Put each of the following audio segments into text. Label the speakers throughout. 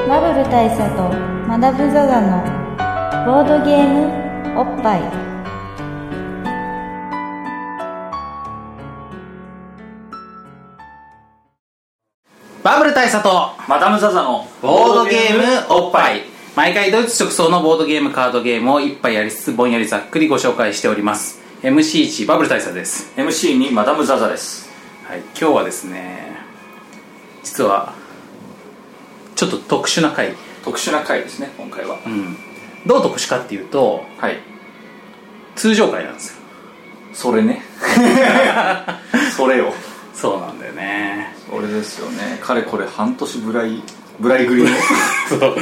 Speaker 1: 大佐とマダム・ザ・ザのボードゲームおっぱい
Speaker 2: バブル大佐と
Speaker 3: マダム・ザ・ザの
Speaker 2: ボードゲームおっぱい毎回ドイツ直送のボードゲームカードゲームを一杯やりつつぼんやりざっくりご紹介しております MC1 バブル大佐です
Speaker 3: MC にマダム・ザ・ザです
Speaker 2: はい、今日はですね実はちょっと特殊な回、
Speaker 3: 特殊な回ですね今回は、
Speaker 2: うん、どう特殊かっていうと
Speaker 3: はい
Speaker 2: 通常回なんですよ
Speaker 3: それねそれを
Speaker 2: そうなんだよね
Speaker 3: それですよね彼これ半年ぶらいぶら いぐりの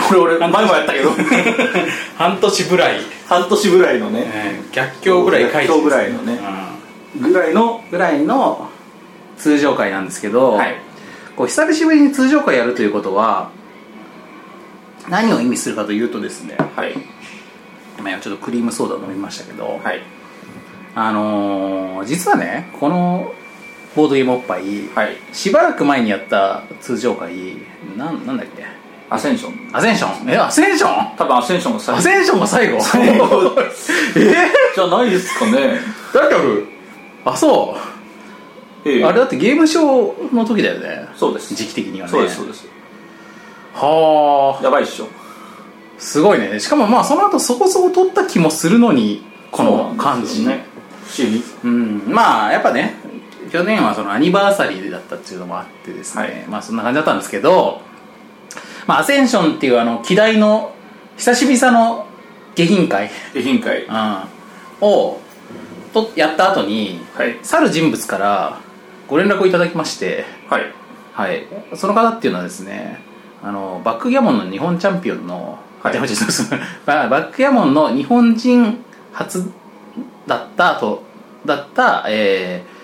Speaker 3: これ俺前
Speaker 2: 半年
Speaker 3: もやった けど
Speaker 2: 半年ぐらい、
Speaker 3: 半年ぶらいのね
Speaker 2: えー逆境ぐらい回
Speaker 3: 逆境ぐらいのねぐらいの
Speaker 2: ぐらいの通常回なんですけど、
Speaker 3: はい
Speaker 2: こう久しぶりに通常回やるということは何を意味するかというとですね
Speaker 3: はい
Speaker 2: 今ちょっとクリームソーダ飲みましたけど、
Speaker 3: はい
Speaker 2: あのー実はねこのボードゲームおっぱい、
Speaker 3: はい
Speaker 2: しばらく前にやった通常回なんなんだっけ
Speaker 3: アセンション
Speaker 2: アセンションえアセンション
Speaker 3: 多分アセンションが最
Speaker 2: ア
Speaker 3: 初
Speaker 2: センションが最後
Speaker 3: 最後
Speaker 2: え
Speaker 3: じゃないですかね
Speaker 2: ー、だってあるあそう、
Speaker 3: ええ
Speaker 2: あれだってゲームショーの時だよね
Speaker 3: そうです
Speaker 2: 時期的にはね
Speaker 3: そうですそうです
Speaker 2: はあ
Speaker 3: やばいっしょ
Speaker 2: すごいねしかもまあその後そこそこ取った気もするのにこの感じ
Speaker 3: そうなんですよね
Speaker 2: うんまあやっぱね去年はそのアニバーサリーだったっていうのもあってですね、
Speaker 3: はい
Speaker 2: まあそんな感じだったんですけど、まあ、アセンションっていうあの機代の久しぶりさの下品会、
Speaker 3: 不思議下品会
Speaker 2: うん、をとやった後に
Speaker 3: はい
Speaker 2: 去る人物からご連絡をいただきまして
Speaker 3: はい
Speaker 2: はい、その方っていうのはですねあのバックギャモンの日本チャンピオンの、
Speaker 3: はい
Speaker 2: じゃあそうそうババックギャモンの日本人初だったとだった、えー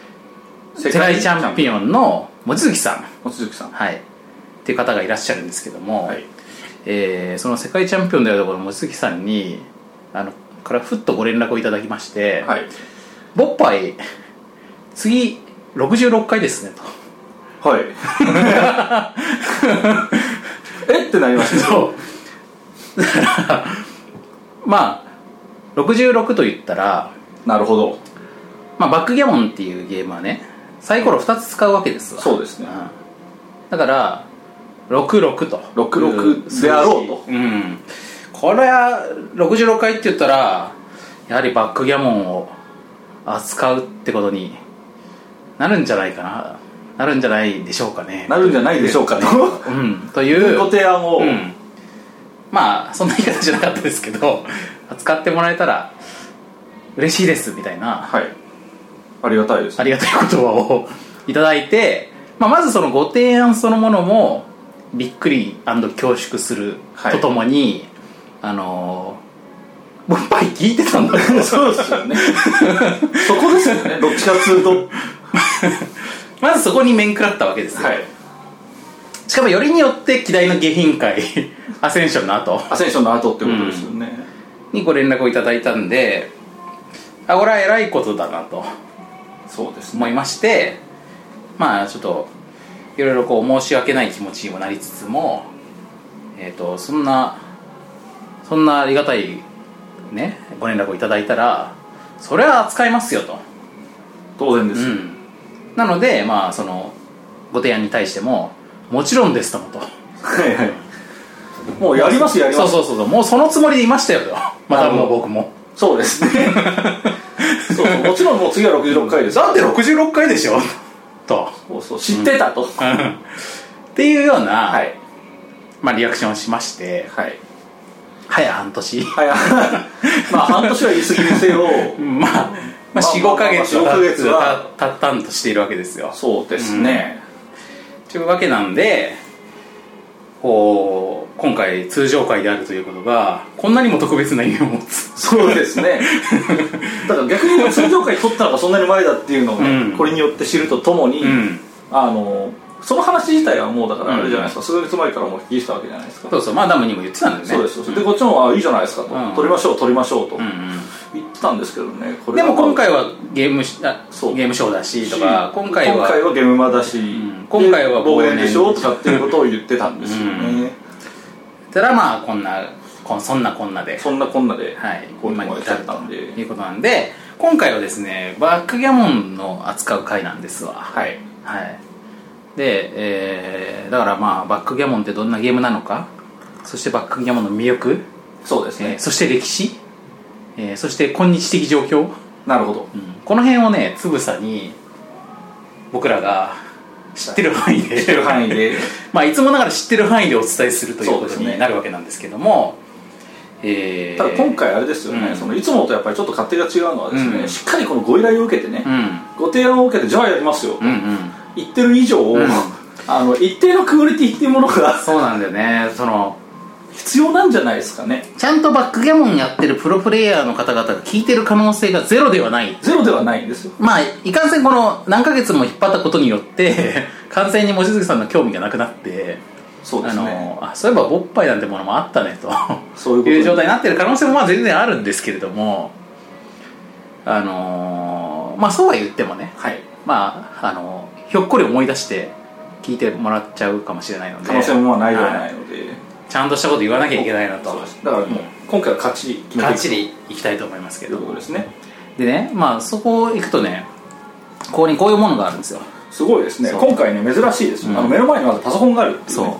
Speaker 2: 世界チャンピオンの望月さん、
Speaker 3: 望月さん
Speaker 2: はい、っていう方がいらっしゃるんですけども、
Speaker 3: はい
Speaker 2: えーその世界チャンピオンであるところの望月さんにあのからふっとご連絡をいただきまして
Speaker 3: はい
Speaker 2: 「ボッパイ次66回ですね」と。
Speaker 3: はい えってなりました
Speaker 2: そうだから まあ66と言ったら、
Speaker 3: なるほど
Speaker 2: まあ、バックギャモンっていうゲームはねサイコロ2つ使うわけですわ
Speaker 3: そうですね
Speaker 2: んだから66と
Speaker 3: 66であろうと
Speaker 2: うんこれは66回って言ったらやはりバックギャモンを扱うってことになるんじゃないかななるんじゃないでしょうかね
Speaker 3: なるんじゃないでしょうかと
Speaker 2: うんとい
Speaker 3: ご提案を
Speaker 2: うん、まあそんな言い方じゃなかったですけど扱ってもらえたら嬉しいですみたいな
Speaker 3: はいありがたいです
Speaker 2: ありがたい言葉をいただいて、まあ、まずそのご提案そのものもびっくり恐縮する
Speaker 3: はい
Speaker 2: とともに、あのー、もういっぱい聞いてたんだけど
Speaker 3: そうですよね そこですよね6月と
Speaker 2: まずそこに面食らったわけですよ、
Speaker 3: はい
Speaker 2: しかもよりによって機代の下品会アセンションの後
Speaker 3: アセンションの後ってことですよね
Speaker 2: にご連絡をいただいたんであこれは偉いことだなと
Speaker 3: そうです
Speaker 2: 思いましてまあちょっといろいろこう申し訳ない気持ちにもなりつつもえっ、とそんなそんなありがたいねご連絡をいただいたらそれは扱いますよと、
Speaker 3: 当然で
Speaker 2: う
Speaker 3: す
Speaker 2: ん、なのでまあそのご提案に対してももちろんですともと
Speaker 3: はいはいもうやりますやります
Speaker 2: そうそうそうそうもうそのつもりでいましたよとま
Speaker 3: な
Speaker 2: た
Speaker 3: るほど
Speaker 2: もう僕も
Speaker 3: そうですね そうそうもちろんもう次は66回です
Speaker 2: だって66回でしょ と
Speaker 3: そうそう知ってたと
Speaker 2: っていうような、
Speaker 3: はい
Speaker 2: まあ、リアクションをしまして
Speaker 3: はい
Speaker 2: 早半年
Speaker 3: はい、まあ半年は言い過 ぎにせよ
Speaker 2: まあ、ま
Speaker 3: ま
Speaker 2: あ、
Speaker 3: あ
Speaker 2: 45ヶ月
Speaker 3: まあまあ
Speaker 2: は
Speaker 3: 4ヶ月は
Speaker 2: たったんとしているわけですよ
Speaker 3: そうですね、
Speaker 2: というわけなんでこう今回通常回であるということがこんなにも特別な意味を持つ
Speaker 3: そうですねだから逆に通常会取ったのがそんなに前だっていうのをね、
Speaker 2: うん
Speaker 3: これによって知るとともに、
Speaker 2: うん
Speaker 3: あのその話自体はもうだからあれじゃないですか、数月前からもう聞いてたわけじゃないですか
Speaker 2: そうそうまあダムにも言ってたんだよね
Speaker 3: そうですそうですでこっちもあいいじゃないですかと、
Speaker 2: うん
Speaker 3: 取りましょう取りましょうと
Speaker 2: うんうん
Speaker 3: 言ってたんですけどねこ
Speaker 2: で
Speaker 3: れは
Speaker 2: も今回はゲームしあ
Speaker 3: そう
Speaker 2: ゲームショーだしとか今回は
Speaker 3: 今回はゲームマだし、
Speaker 2: ん今回は忘
Speaker 3: 忘
Speaker 2: 年
Speaker 3: 年でしょとかっていうことを言ってたんですよね、
Speaker 2: たらまあこんなこんそんなこんなで
Speaker 3: そんなこんなで、
Speaker 2: はい、
Speaker 3: こういう
Speaker 2: 今
Speaker 3: と
Speaker 2: に
Speaker 3: こまで来
Speaker 2: 至
Speaker 3: ちゃ
Speaker 2: る
Speaker 3: ったん
Speaker 2: と
Speaker 3: で
Speaker 2: いうことなんで今回はですねバックギャモンの扱う回なんですわは
Speaker 3: はい
Speaker 2: いで、えーだからまあバックギャモンってどんなゲームなのかそしてバックギャモンの魅力、
Speaker 3: そうです
Speaker 2: え
Speaker 3: ね
Speaker 2: ー、そして歴史、えーそして今日的状況、
Speaker 3: なるほど
Speaker 2: うんこの辺をねつぶさに僕らが知ってる範囲で
Speaker 3: 知ってる範囲で
Speaker 2: まあいつもながら知ってる範囲でお伝えするという
Speaker 3: そう
Speaker 2: こ
Speaker 3: で
Speaker 2: と
Speaker 3: すね
Speaker 2: になるわけなんですけども、えー
Speaker 3: ただ今回あれですよね、
Speaker 2: うん
Speaker 3: そのいつもとやっぱりちょっと勝手が違うのはですね、
Speaker 2: うん
Speaker 3: しっかりこのご依頼を受けてね、
Speaker 2: うん
Speaker 3: ご提案を受けてじゃあやりますよ、
Speaker 2: うんうん
Speaker 3: 言ってる以上、
Speaker 2: ん
Speaker 3: あの一定のクオリティっていうものが
Speaker 2: そうなんだよねその
Speaker 3: 必要なんじゃないですかね
Speaker 2: ちゃんとバックギャモンやってるプロプレイヤーの方々が聞いてる可能性がゼロではない
Speaker 3: ゼロではないんですよ
Speaker 2: まあいかんせんこの何ヶ月も引っ張ったことによって 完全に望月さんの興味がなくなって
Speaker 3: そうですね
Speaker 2: あのあそういえばボッパイなんてものもあったねと
Speaker 3: そういうこと
Speaker 2: いう状態になってる可能性もまあ全然あるんですけれどもあのーまあそうは言ってもね
Speaker 3: はい
Speaker 2: まああのひょっこり思い出して聞いてもらっちゃうかもしれないので
Speaker 3: 可能性もまあないでは
Speaker 2: は
Speaker 3: ないいので、
Speaker 2: ちゃんとしたこと言わなきゃいけないなと
Speaker 3: そうですだからもう今回は勝ち決め
Speaker 2: が
Speaker 3: て
Speaker 2: っ
Speaker 3: い
Speaker 2: ち
Speaker 3: く
Speaker 2: りいきたいと思いますけ
Speaker 3: という
Speaker 2: ど
Speaker 3: ことですね
Speaker 2: でねまあそこ行くとねここにこういうものがあるんですよ
Speaker 3: すごいですね
Speaker 2: そう
Speaker 3: 今回ね珍しいですよ、
Speaker 2: うん
Speaker 3: あの目の前にまずパソコンがあるっていう,、ね、
Speaker 2: そ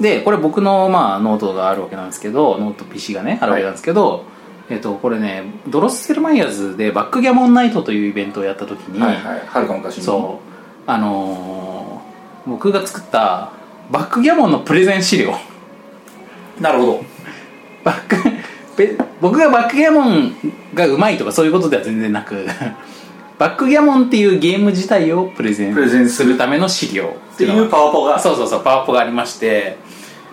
Speaker 2: うでこれ僕の、まあ、ノートがあるわけなんですけどノート PC がねあるわけなんですけど、えっとこれねドロッセルマイヤーズでバックギャモンナイトというイベントをやった時に、
Speaker 3: はいはいはるか昔に
Speaker 2: そうあのー僕が作ったバックギャモンのプレゼン資料
Speaker 3: なるほど
Speaker 2: バックべ僕がバックギャモンがうまいとかそういうことでは全然なくバックギャモンっていうゲーム自体をプレゼン
Speaker 3: プレゼン
Speaker 2: す
Speaker 3: す
Speaker 2: る
Speaker 3: る
Speaker 2: ための資料っ
Speaker 3: っていう
Speaker 2: のが
Speaker 3: パワポが
Speaker 2: そうそうそうパワポがありまして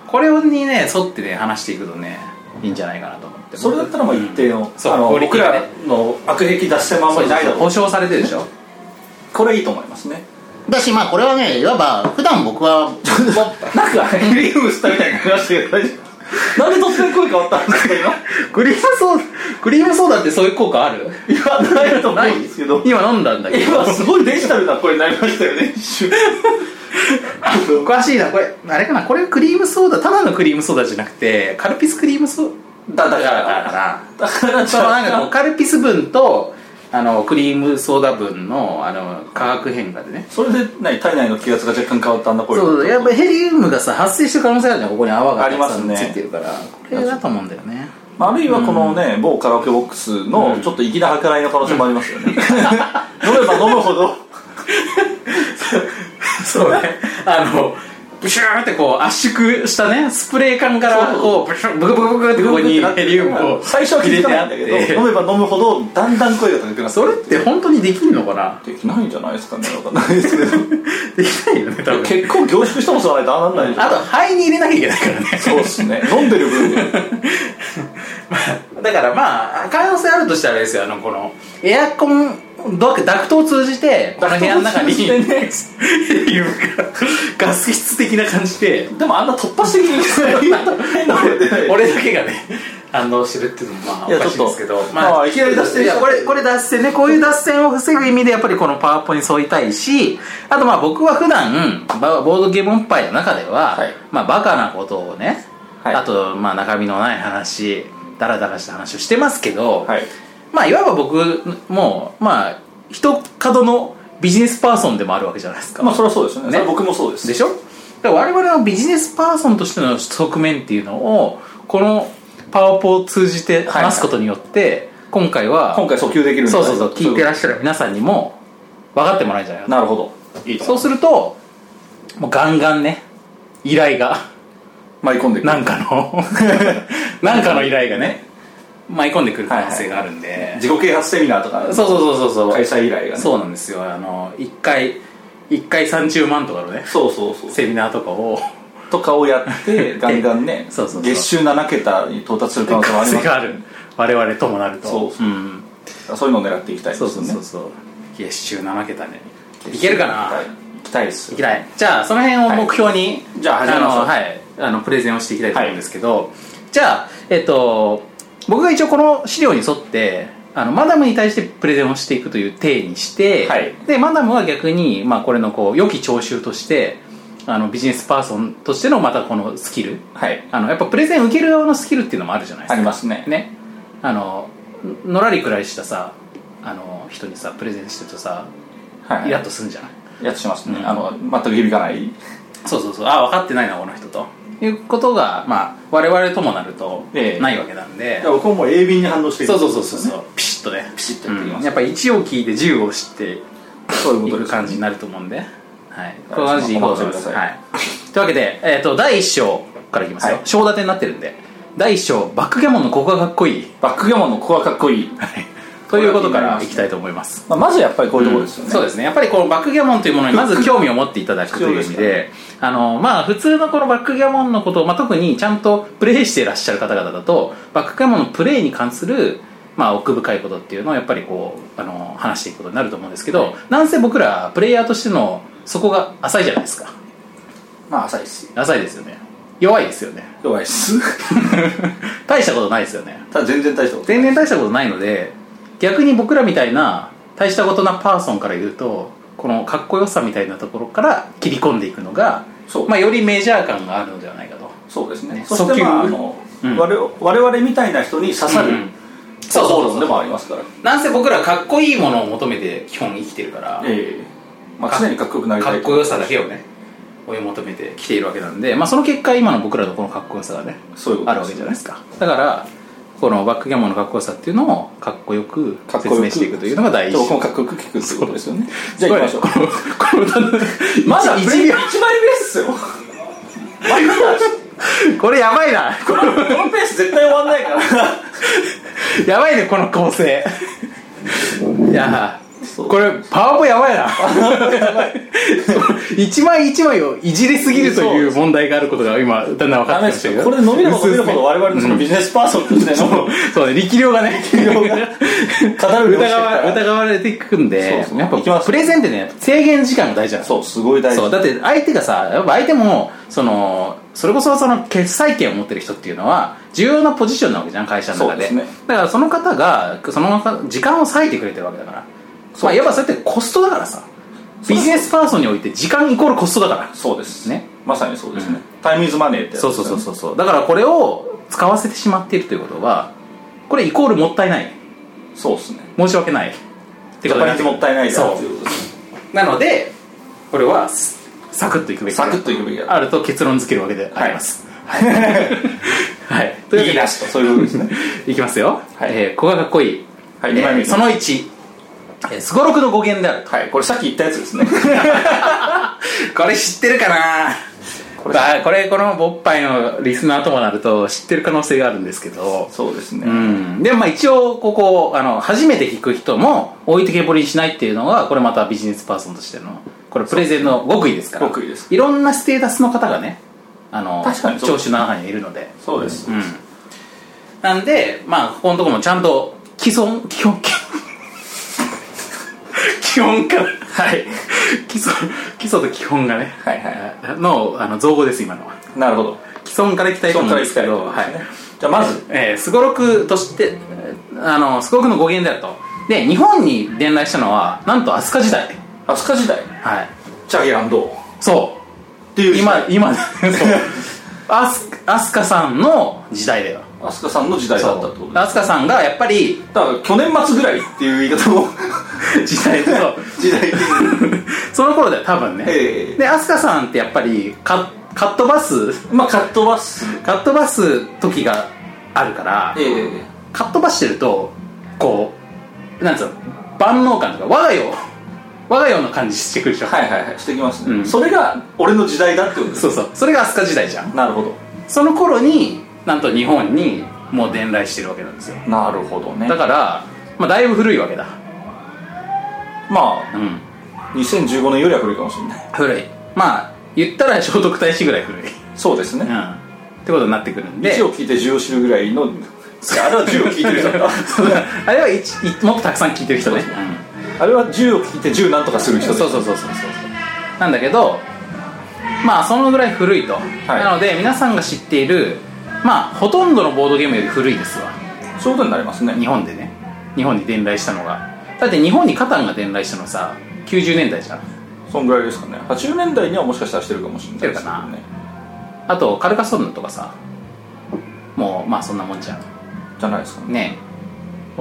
Speaker 2: これにね沿ってね話していくとねいいんじゃないかなと思って
Speaker 3: それだったらまあ一定の,、
Speaker 2: そう
Speaker 3: あの
Speaker 2: クオリテ
Speaker 3: 僕
Speaker 2: ィがね
Speaker 3: らの悪癖出してまんま
Speaker 2: そう
Speaker 3: り
Speaker 2: そう
Speaker 3: な
Speaker 2: そ
Speaker 3: いだ
Speaker 2: う
Speaker 3: ろう
Speaker 2: 保証されてるでしょ
Speaker 3: これいいと思いますね
Speaker 4: だしまあこれはねいわば普段僕は
Speaker 3: なんかグリームしたみたいな話が大丈夫なんで突然声変わったんですか
Speaker 2: クリームソーダクリームソーダってそういう効果ある
Speaker 3: 今今ないと思うんですけど
Speaker 2: 今飲んだんだけど
Speaker 3: 今すごいデジタルな声になりましたよね一瞬
Speaker 2: おかしいなこれあれかなこれクリームソーダただのクリームソーダじゃなくてカルピスクリームソー
Speaker 3: だ
Speaker 2: ダ
Speaker 3: だか
Speaker 2: だからからな
Speaker 3: だから
Speaker 2: そのなんかこうカルピス分とあのクリームソーダ分のあの化学変化でね
Speaker 3: それで何体内の気圧が若干変わったんだ声
Speaker 2: そうやっぱヘリウムがさ発生してる可能性あるじゃんここに泡が
Speaker 3: ありますね
Speaker 2: ついてるからこれだと思うんだよ ね
Speaker 3: まああるいはこのね、某カラオケボックスのちょっと粋な計らいの可能性もありますよね、飲めば飲むほど
Speaker 2: そうねあのブシューってこう圧縮したねスプレー缶からこうブシューブクブクブクってここにヘリウムを
Speaker 3: 最初は気
Speaker 2: 入
Speaker 3: づ
Speaker 2: れ
Speaker 3: か
Speaker 2: て
Speaker 3: な
Speaker 2: あ
Speaker 3: いん
Speaker 2: っ
Speaker 3: だけど
Speaker 2: て
Speaker 3: 飲めば飲むほどだんだん声が高くなって
Speaker 2: それっ て本当にできるのかな
Speaker 3: できないんじゃないですかねわかんないですけど
Speaker 2: できないよね多分
Speaker 3: 結構凝縮したもん吸わないとああなんないでしょ
Speaker 2: あと肺に入れなきゃいけない からね
Speaker 3: そうっすね飲んでる分 で
Speaker 2: だからまあ可能性あるとしたらあれですよあのこのエアコンダクダクトを通じてこの部屋の中に
Speaker 3: ダクトを通
Speaker 2: ガス室的な感じで
Speaker 3: でもあんな突発的に変な声出ない
Speaker 2: 俺だけがね反応してるっていうのもまあ
Speaker 3: いや
Speaker 2: おかしいですけ
Speaker 3: ち
Speaker 2: ど
Speaker 3: ょっとまあいきなり脱線しちゃった
Speaker 2: いやこれこれ脱線ねこういう脱線を防ぐ意味でやっぱりこのパワポに沿いたいしあとまあ僕は普段バボードゲームおっぱいの中では、
Speaker 3: はい
Speaker 2: まあバカなことをね、
Speaker 3: はい
Speaker 2: あとまあ中身のない話ダラダラした話をしてますけど、
Speaker 3: はい
Speaker 2: まあいわば僕もまあ一角のビジネスパーソンでもあるわけじゃないですか、
Speaker 3: まあそれはそうですよね
Speaker 2: ね
Speaker 3: それは僕もそうです
Speaker 2: でしょだから我々のビジネスパーソンとしての側面っていうのをこのパワポを通じて話すことによって今回は
Speaker 3: 今回訴求できるんで
Speaker 2: そうそうそう聞いてらっ
Speaker 3: し
Speaker 2: しゃる皆さんにも分かってもらえるんじゃないかな
Speaker 3: なるほどいいと
Speaker 2: そうするともうガンガンね依頼が
Speaker 3: 舞い込んでくる
Speaker 2: なんか のなんかの依頼がね舞い込んでくる可能性があるんで、
Speaker 3: 自己啓発セミナーとか
Speaker 2: そうそうそうそうそう
Speaker 3: 開催依頼がね
Speaker 2: そうなんですよあの一回一回30万とかのね
Speaker 3: そうそうそう
Speaker 2: セミナーとかを
Speaker 3: とかをや ってガンガンね
Speaker 2: そうそうそう
Speaker 3: 月収7桁に到達する可能性もあ
Speaker 2: 可
Speaker 3: りま
Speaker 2: 能性がある我々ともなると
Speaker 3: そうそうんすそういうのを狙っていきたいです
Speaker 2: そう
Speaker 3: ね
Speaker 2: そうそうそう月収7桁ねいけるかな、
Speaker 3: はい
Speaker 2: い、
Speaker 3: 行きたいです
Speaker 2: きたいじゃあその辺を目標に、
Speaker 3: いじゃあ始めましょう
Speaker 2: のはいあのプレゼンをしていきたいと思うんですけど、じゃあえっと僕が一応この資料に沿ってあのマダムに対してプレゼンをしていくという体にして、
Speaker 3: はい
Speaker 2: でマダムは逆に、まあ、これのこう良き徴収としてあのビジネスパーソンとしてのまたこのスキル
Speaker 3: はい
Speaker 2: あのやっぱプレゼン受ける側のスキルっていうのもあるじゃないですか
Speaker 3: ありますね
Speaker 2: ねあののらりくらいしたさあの人にさプレゼンしてるとさ
Speaker 3: はい
Speaker 2: イラッとするんじゃない、
Speaker 3: やっとしますね、
Speaker 2: うん
Speaker 3: あの全く響かない
Speaker 2: そうそうそうあ分かってないなこの人ということがまあ我々ともなると
Speaker 3: ええ
Speaker 2: ないわけなんで、
Speaker 3: 僕も鋭敏に反応して
Speaker 2: そうそうそうそうそうピシッとね
Speaker 3: ピシッとやっていきます
Speaker 2: うんやっぱ1を聞いて10を知って
Speaker 3: そういうこ
Speaker 2: い
Speaker 3: と
Speaker 2: く
Speaker 3: です
Speaker 2: 感じになると思うんで、はい、
Speaker 3: はい
Speaker 2: この感じでいこうと思います、
Speaker 3: そのま
Speaker 2: は
Speaker 3: ま
Speaker 2: い、というわけで、えー、と第1章からいきますよ
Speaker 3: はい
Speaker 2: 章、立てになってるんで第1章バックギャモンのここがかっこいい
Speaker 3: バックギャモンのここはかっこいい、
Speaker 2: ということか
Speaker 3: これは
Speaker 2: ら
Speaker 3: 気
Speaker 2: い
Speaker 3: になりますね
Speaker 2: きたいと思います
Speaker 3: まあ、まずやっぱりこういうところですよね、
Speaker 2: そうですねやっぱりこのバックギャモンというもの にまず興味を持っていただくという意味
Speaker 3: 必要
Speaker 2: であのまあ普通のこのバックギャモンのことを、まあ、特にちゃんとプレイしていらっしゃる方々だとバックギャモンのプレイに関するまあ、奥深いことっていうのをやっぱりこうあの話していくことになると思うんですけど、なんせ僕らプレイヤーとしてのそこが浅いじゃないですか
Speaker 3: まあ浅いです
Speaker 2: 浅いですよね弱いですよね
Speaker 3: 弱いです
Speaker 2: 大したことないですよね
Speaker 3: ただ全然大したこと
Speaker 2: 全然大したことないので逆に僕らみたいな大したことなパーソンから言うとこのかっこよさみたいなところから切り込んでいくのが
Speaker 3: そう、
Speaker 2: まあ、よりメジャー感があるのではないかと
Speaker 3: そうですね
Speaker 2: ね
Speaker 3: そしてまあ
Speaker 2: 訴
Speaker 3: あ
Speaker 2: 求
Speaker 3: の、
Speaker 2: うん
Speaker 3: 我々我々みたいな人に刺さる、
Speaker 2: うん
Speaker 3: そう
Speaker 2: そう
Speaker 3: 論でもありますから
Speaker 2: なんせ僕らかっこいいものを求めて基本生きてるから
Speaker 3: ええまあ、常にかっこよくなりたい
Speaker 2: かっこよさだけをね追い求めてきているわけなんで、まあ、その結果今の僕らのこのかっこよさがね
Speaker 3: そういうことです
Speaker 2: あるわけじゃないですかだからこのバックギャモンのかっこよさっていうのをかっこよく
Speaker 3: かっこ
Speaker 2: 説
Speaker 3: よ
Speaker 2: 明
Speaker 3: く
Speaker 2: していくというのが第一
Speaker 3: そう僕もかっこよく聞くってことですよねじゃあ行きましょう
Speaker 2: これこの歌のまだ1
Speaker 3: 一
Speaker 2: 秒
Speaker 3: 一枚目っすよまだ
Speaker 2: これやばいなこれ
Speaker 3: このペース絶対終わんないから
Speaker 2: やばいねこの構成いや
Speaker 3: そう
Speaker 2: これパワポやばいな 一枚一枚をいじりすぎるという問題があることが今だんだん分か
Speaker 3: ダ
Speaker 2: ってきま
Speaker 3: メで
Speaker 2: し
Speaker 3: す
Speaker 2: たけ
Speaker 3: よ
Speaker 2: ど
Speaker 3: これで伸びれば伸びるほど我々のそのビジネスパーソンとしての
Speaker 2: そうね、力量が ね、
Speaker 3: 量が語る量
Speaker 2: 疑
Speaker 3: してるか
Speaker 2: わ
Speaker 3: ら
Speaker 2: 疑われていくんで、
Speaker 3: そうそう
Speaker 2: やっ
Speaker 3: いきま
Speaker 2: ぱ
Speaker 3: す
Speaker 2: プレゼンってね、制限時間が大事なんですよ
Speaker 3: そうすごい大事
Speaker 2: そうだって相手がさ、やっぱ相手も、その、それこそその決裁権を持ってる人っていうのは、重要なポジションなわけじゃん、会社の中で。
Speaker 3: そうですね
Speaker 2: だからその方が、その中時間を割いてくれてるわけだから。
Speaker 3: そう
Speaker 2: まあ、いわばそれってコストだからさ。
Speaker 3: そう
Speaker 2: ビジネスパーソンにおいて時間イコールコストだから。
Speaker 3: そうです
Speaker 2: ね
Speaker 3: まさにそうですね、タイムイズマネーってやつ
Speaker 2: そ
Speaker 3: で
Speaker 2: う
Speaker 3: す
Speaker 2: そ
Speaker 3: よ
Speaker 2: う
Speaker 3: ね
Speaker 2: そうそうそうだからこれを使わせてしまっているということはこれイコールもったいない
Speaker 3: そうですね
Speaker 2: 申し訳ないって
Speaker 3: ジ
Speaker 2: こ
Speaker 3: ャ
Speaker 2: とになてく
Speaker 3: パニーズ
Speaker 2: る
Speaker 3: もったいないだろう
Speaker 2: そ
Speaker 3: っていうことですね
Speaker 2: うなのでこれはスサクッといくべきだ
Speaker 3: サクッといくべきだ
Speaker 2: あると結論付けるわけでありますはい、 はい、というわ
Speaker 3: い
Speaker 2: けで
Speaker 3: いなしとそういうことですね
Speaker 2: いきますよ、
Speaker 3: はい
Speaker 2: えーここがかっこいい、
Speaker 3: はい
Speaker 2: え
Speaker 3: 二枚目
Speaker 2: ーその1えーすごろくの語源であると
Speaker 3: はいこれさっき言ったやつです ね
Speaker 2: これ知ってるかなこ
Speaker 3: こ
Speaker 2: れ,、
Speaker 3: れ
Speaker 2: まあ、これこのボッパイのリスナーともなると知ってる可能性があるんですけど
Speaker 3: そうですね、
Speaker 2: うん、でもまあ一応ここあの初めて聞く人も置いてけぼりにしないっていうのがこれまたビジネスパーソンとしてのこれプレゼンの極意ですから
Speaker 3: 極意です
Speaker 2: いろんなステータスの方がねあの
Speaker 3: 確かにそ
Speaker 2: 聴
Speaker 3: う
Speaker 2: 取の中にはいるので
Speaker 3: そうです、
Speaker 2: うんなんでまあここのところもちゃんと既存基本基本 基本からはい基礎基礎と基本がね
Speaker 3: はいは
Speaker 2: のあの造語です今のはい
Speaker 3: なるほど
Speaker 2: 既存からいきたいと
Speaker 3: そ
Speaker 2: 思
Speaker 3: こ
Speaker 2: うん
Speaker 3: から
Speaker 2: で
Speaker 3: いき
Speaker 2: す
Speaker 3: た
Speaker 2: け
Speaker 3: い
Speaker 2: ど
Speaker 3: と
Speaker 2: はい
Speaker 3: じゃあまず
Speaker 2: えーすごろくとして、えーあの、すごろくの語源であると。で、日本に伝来したのは、なんと飛鳥時代。
Speaker 3: 飛鳥時代
Speaker 2: はい。
Speaker 3: チャゲランドっ
Speaker 2: そ
Speaker 3: ていう
Speaker 2: う。
Speaker 3: 時代
Speaker 2: 今、今、 そう。飛鳥さんの時代だよ。
Speaker 3: 飛鳥さんの時代だったってことですね
Speaker 2: 飛鳥さんがやっぱり、
Speaker 3: だから去年末ぐらいっていう言い方も
Speaker 2: 時代と、
Speaker 3: 時代的に
Speaker 2: その頃だよ、多分ね。
Speaker 3: ええ
Speaker 2: で、飛鳥さんってやっぱり、か、かっ飛ばす、
Speaker 3: まあカットバス
Speaker 2: かっ飛ばす時があるから、
Speaker 3: ええ
Speaker 2: かっ飛ばしてるとこうなんつうの万能感とか我が世 我が世の感じしてくるでしょ、
Speaker 3: はいはいはいしてきますね、
Speaker 2: うん
Speaker 3: それが俺の時代だってことです
Speaker 2: そうそうそれが飛鳥時代じゃん
Speaker 3: なるほど
Speaker 2: その頃になんと日本にもう伝来してるわけなんですよ
Speaker 3: なるほどね
Speaker 2: だから、まあ、だいぶ古いわけだ
Speaker 3: まあ
Speaker 2: うん
Speaker 3: 2015年よりは古いかもしれない
Speaker 2: 古いまあ言ったら聖徳太子ぐらい古い
Speaker 3: そうです
Speaker 2: う
Speaker 3: ね
Speaker 2: んってことになってくるんで
Speaker 3: 1を聞いて10を知るぐらいのいやあれは10を聞いてる人だ
Speaker 2: あれは一一もっとたくさん聞いてる人ね
Speaker 3: そう
Speaker 2: うん
Speaker 3: あれは10を聞いて10なんとかする人
Speaker 2: そう
Speaker 3: です
Speaker 2: そうそうそうそうそうなんだけどまあそのぐらい古いと、なので皆さんが知っているまあほとんどのボードゲームより古いですわ
Speaker 3: そういうことになりますね
Speaker 2: 日本でね日本に伝来したのがだって日本にカタンが伝来したのさ90年代じゃん
Speaker 3: そんぐらいですかね80年代にはもしかしたらしてるかもしれないですけど
Speaker 2: して
Speaker 3: ね
Speaker 2: あとカルカソンヌとかさもうまあそんなもんじゃん
Speaker 3: じゃないですかね
Speaker 2: ねえ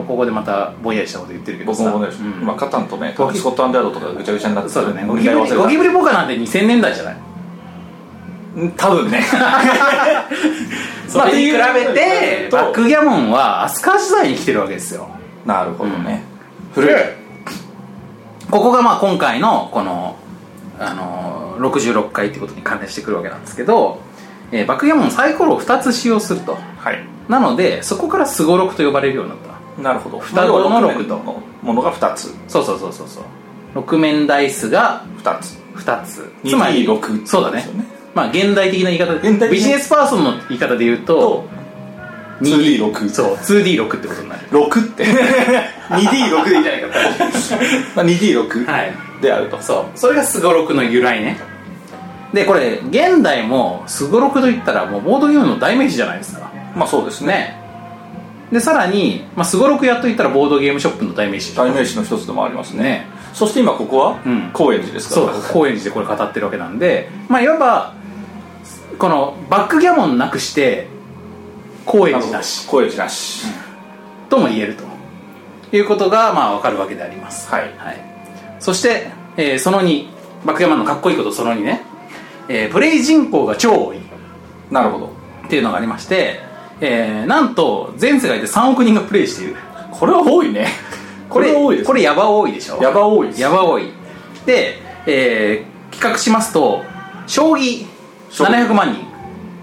Speaker 2: ここでまたぼんやりしたこと言ってるけど
Speaker 3: 僕
Speaker 2: さ
Speaker 3: もね、
Speaker 2: うん
Speaker 3: 今カタンとねトーキースコットアンドヤードとかぐちゃぐちゃになって
Speaker 2: そうだねゴキ
Speaker 3: 合
Speaker 2: ブ
Speaker 3: わせ
Speaker 2: リゴキ
Speaker 3: が
Speaker 2: ブリポーカーなんて2000年代じゃない
Speaker 3: うん多分ね
Speaker 2: まあ、っていう比べて
Speaker 3: と
Speaker 2: バックギャモンは飛鳥時代に来てるわけですよ
Speaker 3: なるほどね、古い
Speaker 2: ここがまあ今回のこの、あのー66回ってことに関連してくるわけなんですけど、えーバックギャモンサイコロを2つ使用すると
Speaker 3: はい
Speaker 2: なのでそこからすごろくと呼ばれるようになった
Speaker 3: なるほど
Speaker 2: 双子の六と
Speaker 3: ものが2つ
Speaker 2: そうそうそうそうそう6面ダイスが
Speaker 3: 2つ
Speaker 2: 2つ
Speaker 3: 2
Speaker 2: つまり
Speaker 3: 6
Speaker 2: そうだね
Speaker 3: ですよね
Speaker 2: まあ現代的な言い方
Speaker 3: 現代的な
Speaker 2: ビジネスパーソンの言い方で言うと
Speaker 3: 2D6
Speaker 2: そう 2D6 ってことになる
Speaker 3: 6って 2D6 でいい じゃないか 2D6
Speaker 2: はい
Speaker 3: であると
Speaker 2: そうそれがすごろくの由来ねでこれ現代もすごろくといったらもうボードゲームの代名詞じゃないですか
Speaker 3: まあそうですね
Speaker 2: ねでさらにまあすごろくやっといったらボードゲームショップの代名詞
Speaker 3: 代名詞の一つでもありますね
Speaker 2: ね
Speaker 3: そして今ここは、
Speaker 2: うん
Speaker 3: 高円寺ですか
Speaker 2: そう
Speaker 3: ら
Speaker 2: 高円寺でこれ語ってるわけなんでまあいわばこのバックギャモンなくして高円寺なし
Speaker 3: 高円寺なし、
Speaker 2: とも言えるということがまあわかるわけであります
Speaker 3: はい
Speaker 2: はい、そして、えーその2バックギャモンのかっこいいことその2ね、えープレイ人口が超多い
Speaker 3: なるほど
Speaker 2: っていうのがありまして、えーなんと全世界で3億人がプレイしている
Speaker 3: これは多いね これは多いです
Speaker 2: これヤバ多いでしょ
Speaker 3: やば多いです
Speaker 2: ヤバ多いで、えー企画しますと将棋
Speaker 3: 将棋
Speaker 2: 700万人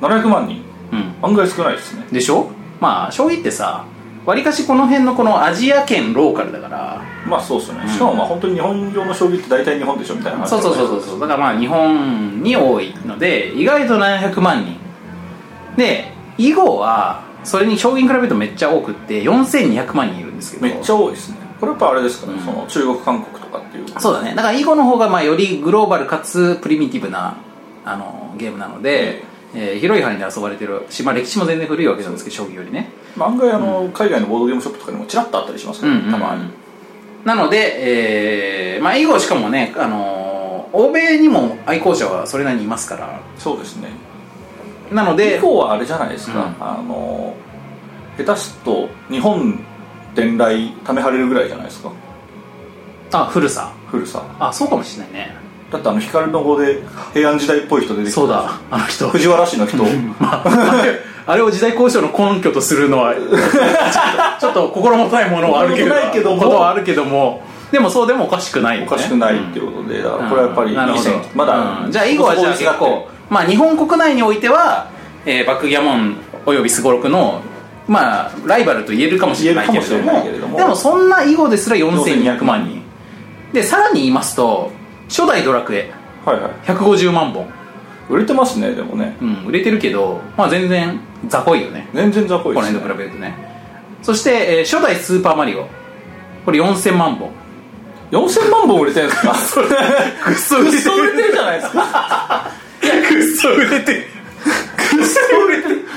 Speaker 3: 700万人
Speaker 2: うん
Speaker 3: 案外少ないですね
Speaker 2: でしょまあ将棋ってさわりかしこの辺のこのアジア圏ローカルだから
Speaker 3: まあそうですよね、しかもまあ本当に日本用の将棋って大体日本でしょみたいな話
Speaker 2: そうそうそうそうそうだからまあ日本に多いので意外と700万人で囲碁はそれに将棋に比べるとめっちゃ多くって4200万人いるんですけど
Speaker 3: めっちゃ多いですねこれやっぱあれですかね、
Speaker 2: うん
Speaker 3: その中国韓国とかっていう
Speaker 2: そうだねだから囲碁の方がまあよりグローバルかつプリミティブなあのゲームなので、えー広い範囲で遊ばれてるし、まあ、歴史も全然古いわけなんですけど将棋よりね
Speaker 3: まあ案外あの、海外のボードゲームショップとかにもちらっとあったりしますから、ね
Speaker 2: た
Speaker 3: た
Speaker 2: ま
Speaker 3: ま
Speaker 2: に
Speaker 3: に
Speaker 2: なので、えーまあ、囲碁しかもね、あのー欧米にも愛好者はそれなりにいますから
Speaker 3: そうですね
Speaker 2: なので
Speaker 3: 以降はあれじゃないですか、
Speaker 2: うん
Speaker 3: あの下手すっと日本伝来ためはれるぐらいじゃないですか
Speaker 2: あ古さ
Speaker 3: 古さ
Speaker 2: あそうかもしれないね
Speaker 3: だってあの光の語で平安時代っぽい人出てきた
Speaker 2: そうだあの人
Speaker 3: 藤原氏の人
Speaker 2: あれ を時代交渉の根拠とするの はちょっとちょっと心もたいものはあるけど
Speaker 3: 心もとないけども
Speaker 2: ことはあるけどもでもそうでもおかしくないよね
Speaker 3: おかしくないっていうことで、だからこれはやっぱり
Speaker 2: なる
Speaker 3: いい
Speaker 2: ほ
Speaker 3: 線、
Speaker 2: ど
Speaker 3: まだ、
Speaker 2: うんじゃあ囲碁はじゃあ結構まあ日本国内においては、えーバックギャモンおよびすごろくのまあライバルと言えるかもしれないけれど
Speaker 3: 言えるかもし
Speaker 2: も
Speaker 3: れないけれども
Speaker 2: でもそんな囲碁ですら4200万人でさらに言いますと初代ドラクエ
Speaker 3: はいはい
Speaker 2: 150万本、
Speaker 3: 売れてますねでもね
Speaker 2: うん、売れてるけどまあ全然雑魚いよね
Speaker 3: 全然雑魚
Speaker 2: こ
Speaker 3: いで
Speaker 2: の
Speaker 3: す、
Speaker 2: 辺
Speaker 3: ね、
Speaker 2: と比べるとねそして、えー初代スーパーマリオこれ4000万本
Speaker 3: 4000万本売れてるんですか
Speaker 2: く っそ
Speaker 3: 売れてるじゃないです か
Speaker 2: いやくっそ売れてるくっそ売れてる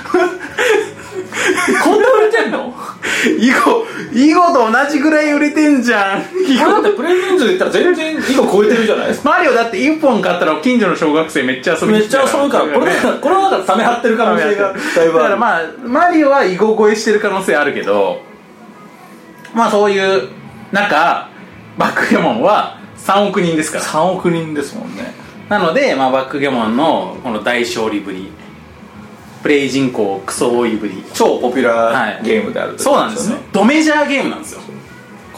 Speaker 3: こんな売れてんの
Speaker 2: 囲碁囲碁と同じぐらい売れてんじゃん囲
Speaker 3: これだ
Speaker 2: 碁
Speaker 3: ってプレイ人数で言ったら全然以個超えてるじゃないですか
Speaker 2: マリオだって1本買ったら近所の小学生めっちゃ遊び
Speaker 3: め
Speaker 2: に
Speaker 3: っ
Speaker 2: 来
Speaker 3: ちゃ
Speaker 2: た
Speaker 3: 遊ぶからこれだからこれはだからため張ってる可能性がだい
Speaker 2: だ
Speaker 3: ぶ
Speaker 2: か
Speaker 3: あ
Speaker 2: ら
Speaker 3: る
Speaker 2: まあマリオは囲碁超えしてる可能性あるけどまあそういう中バックギャモンは3億人ですから
Speaker 3: 3億人ですもんね
Speaker 2: なので、まあ、バックギャモンのこの大勝利ぶりプレイ人口クソ多いぶり
Speaker 3: 超ポピュラ
Speaker 2: は
Speaker 3: ー
Speaker 2: い
Speaker 3: ゲームであるとい
Speaker 2: そうなんですよ
Speaker 3: ね
Speaker 2: ドメジャーゲームなんですよ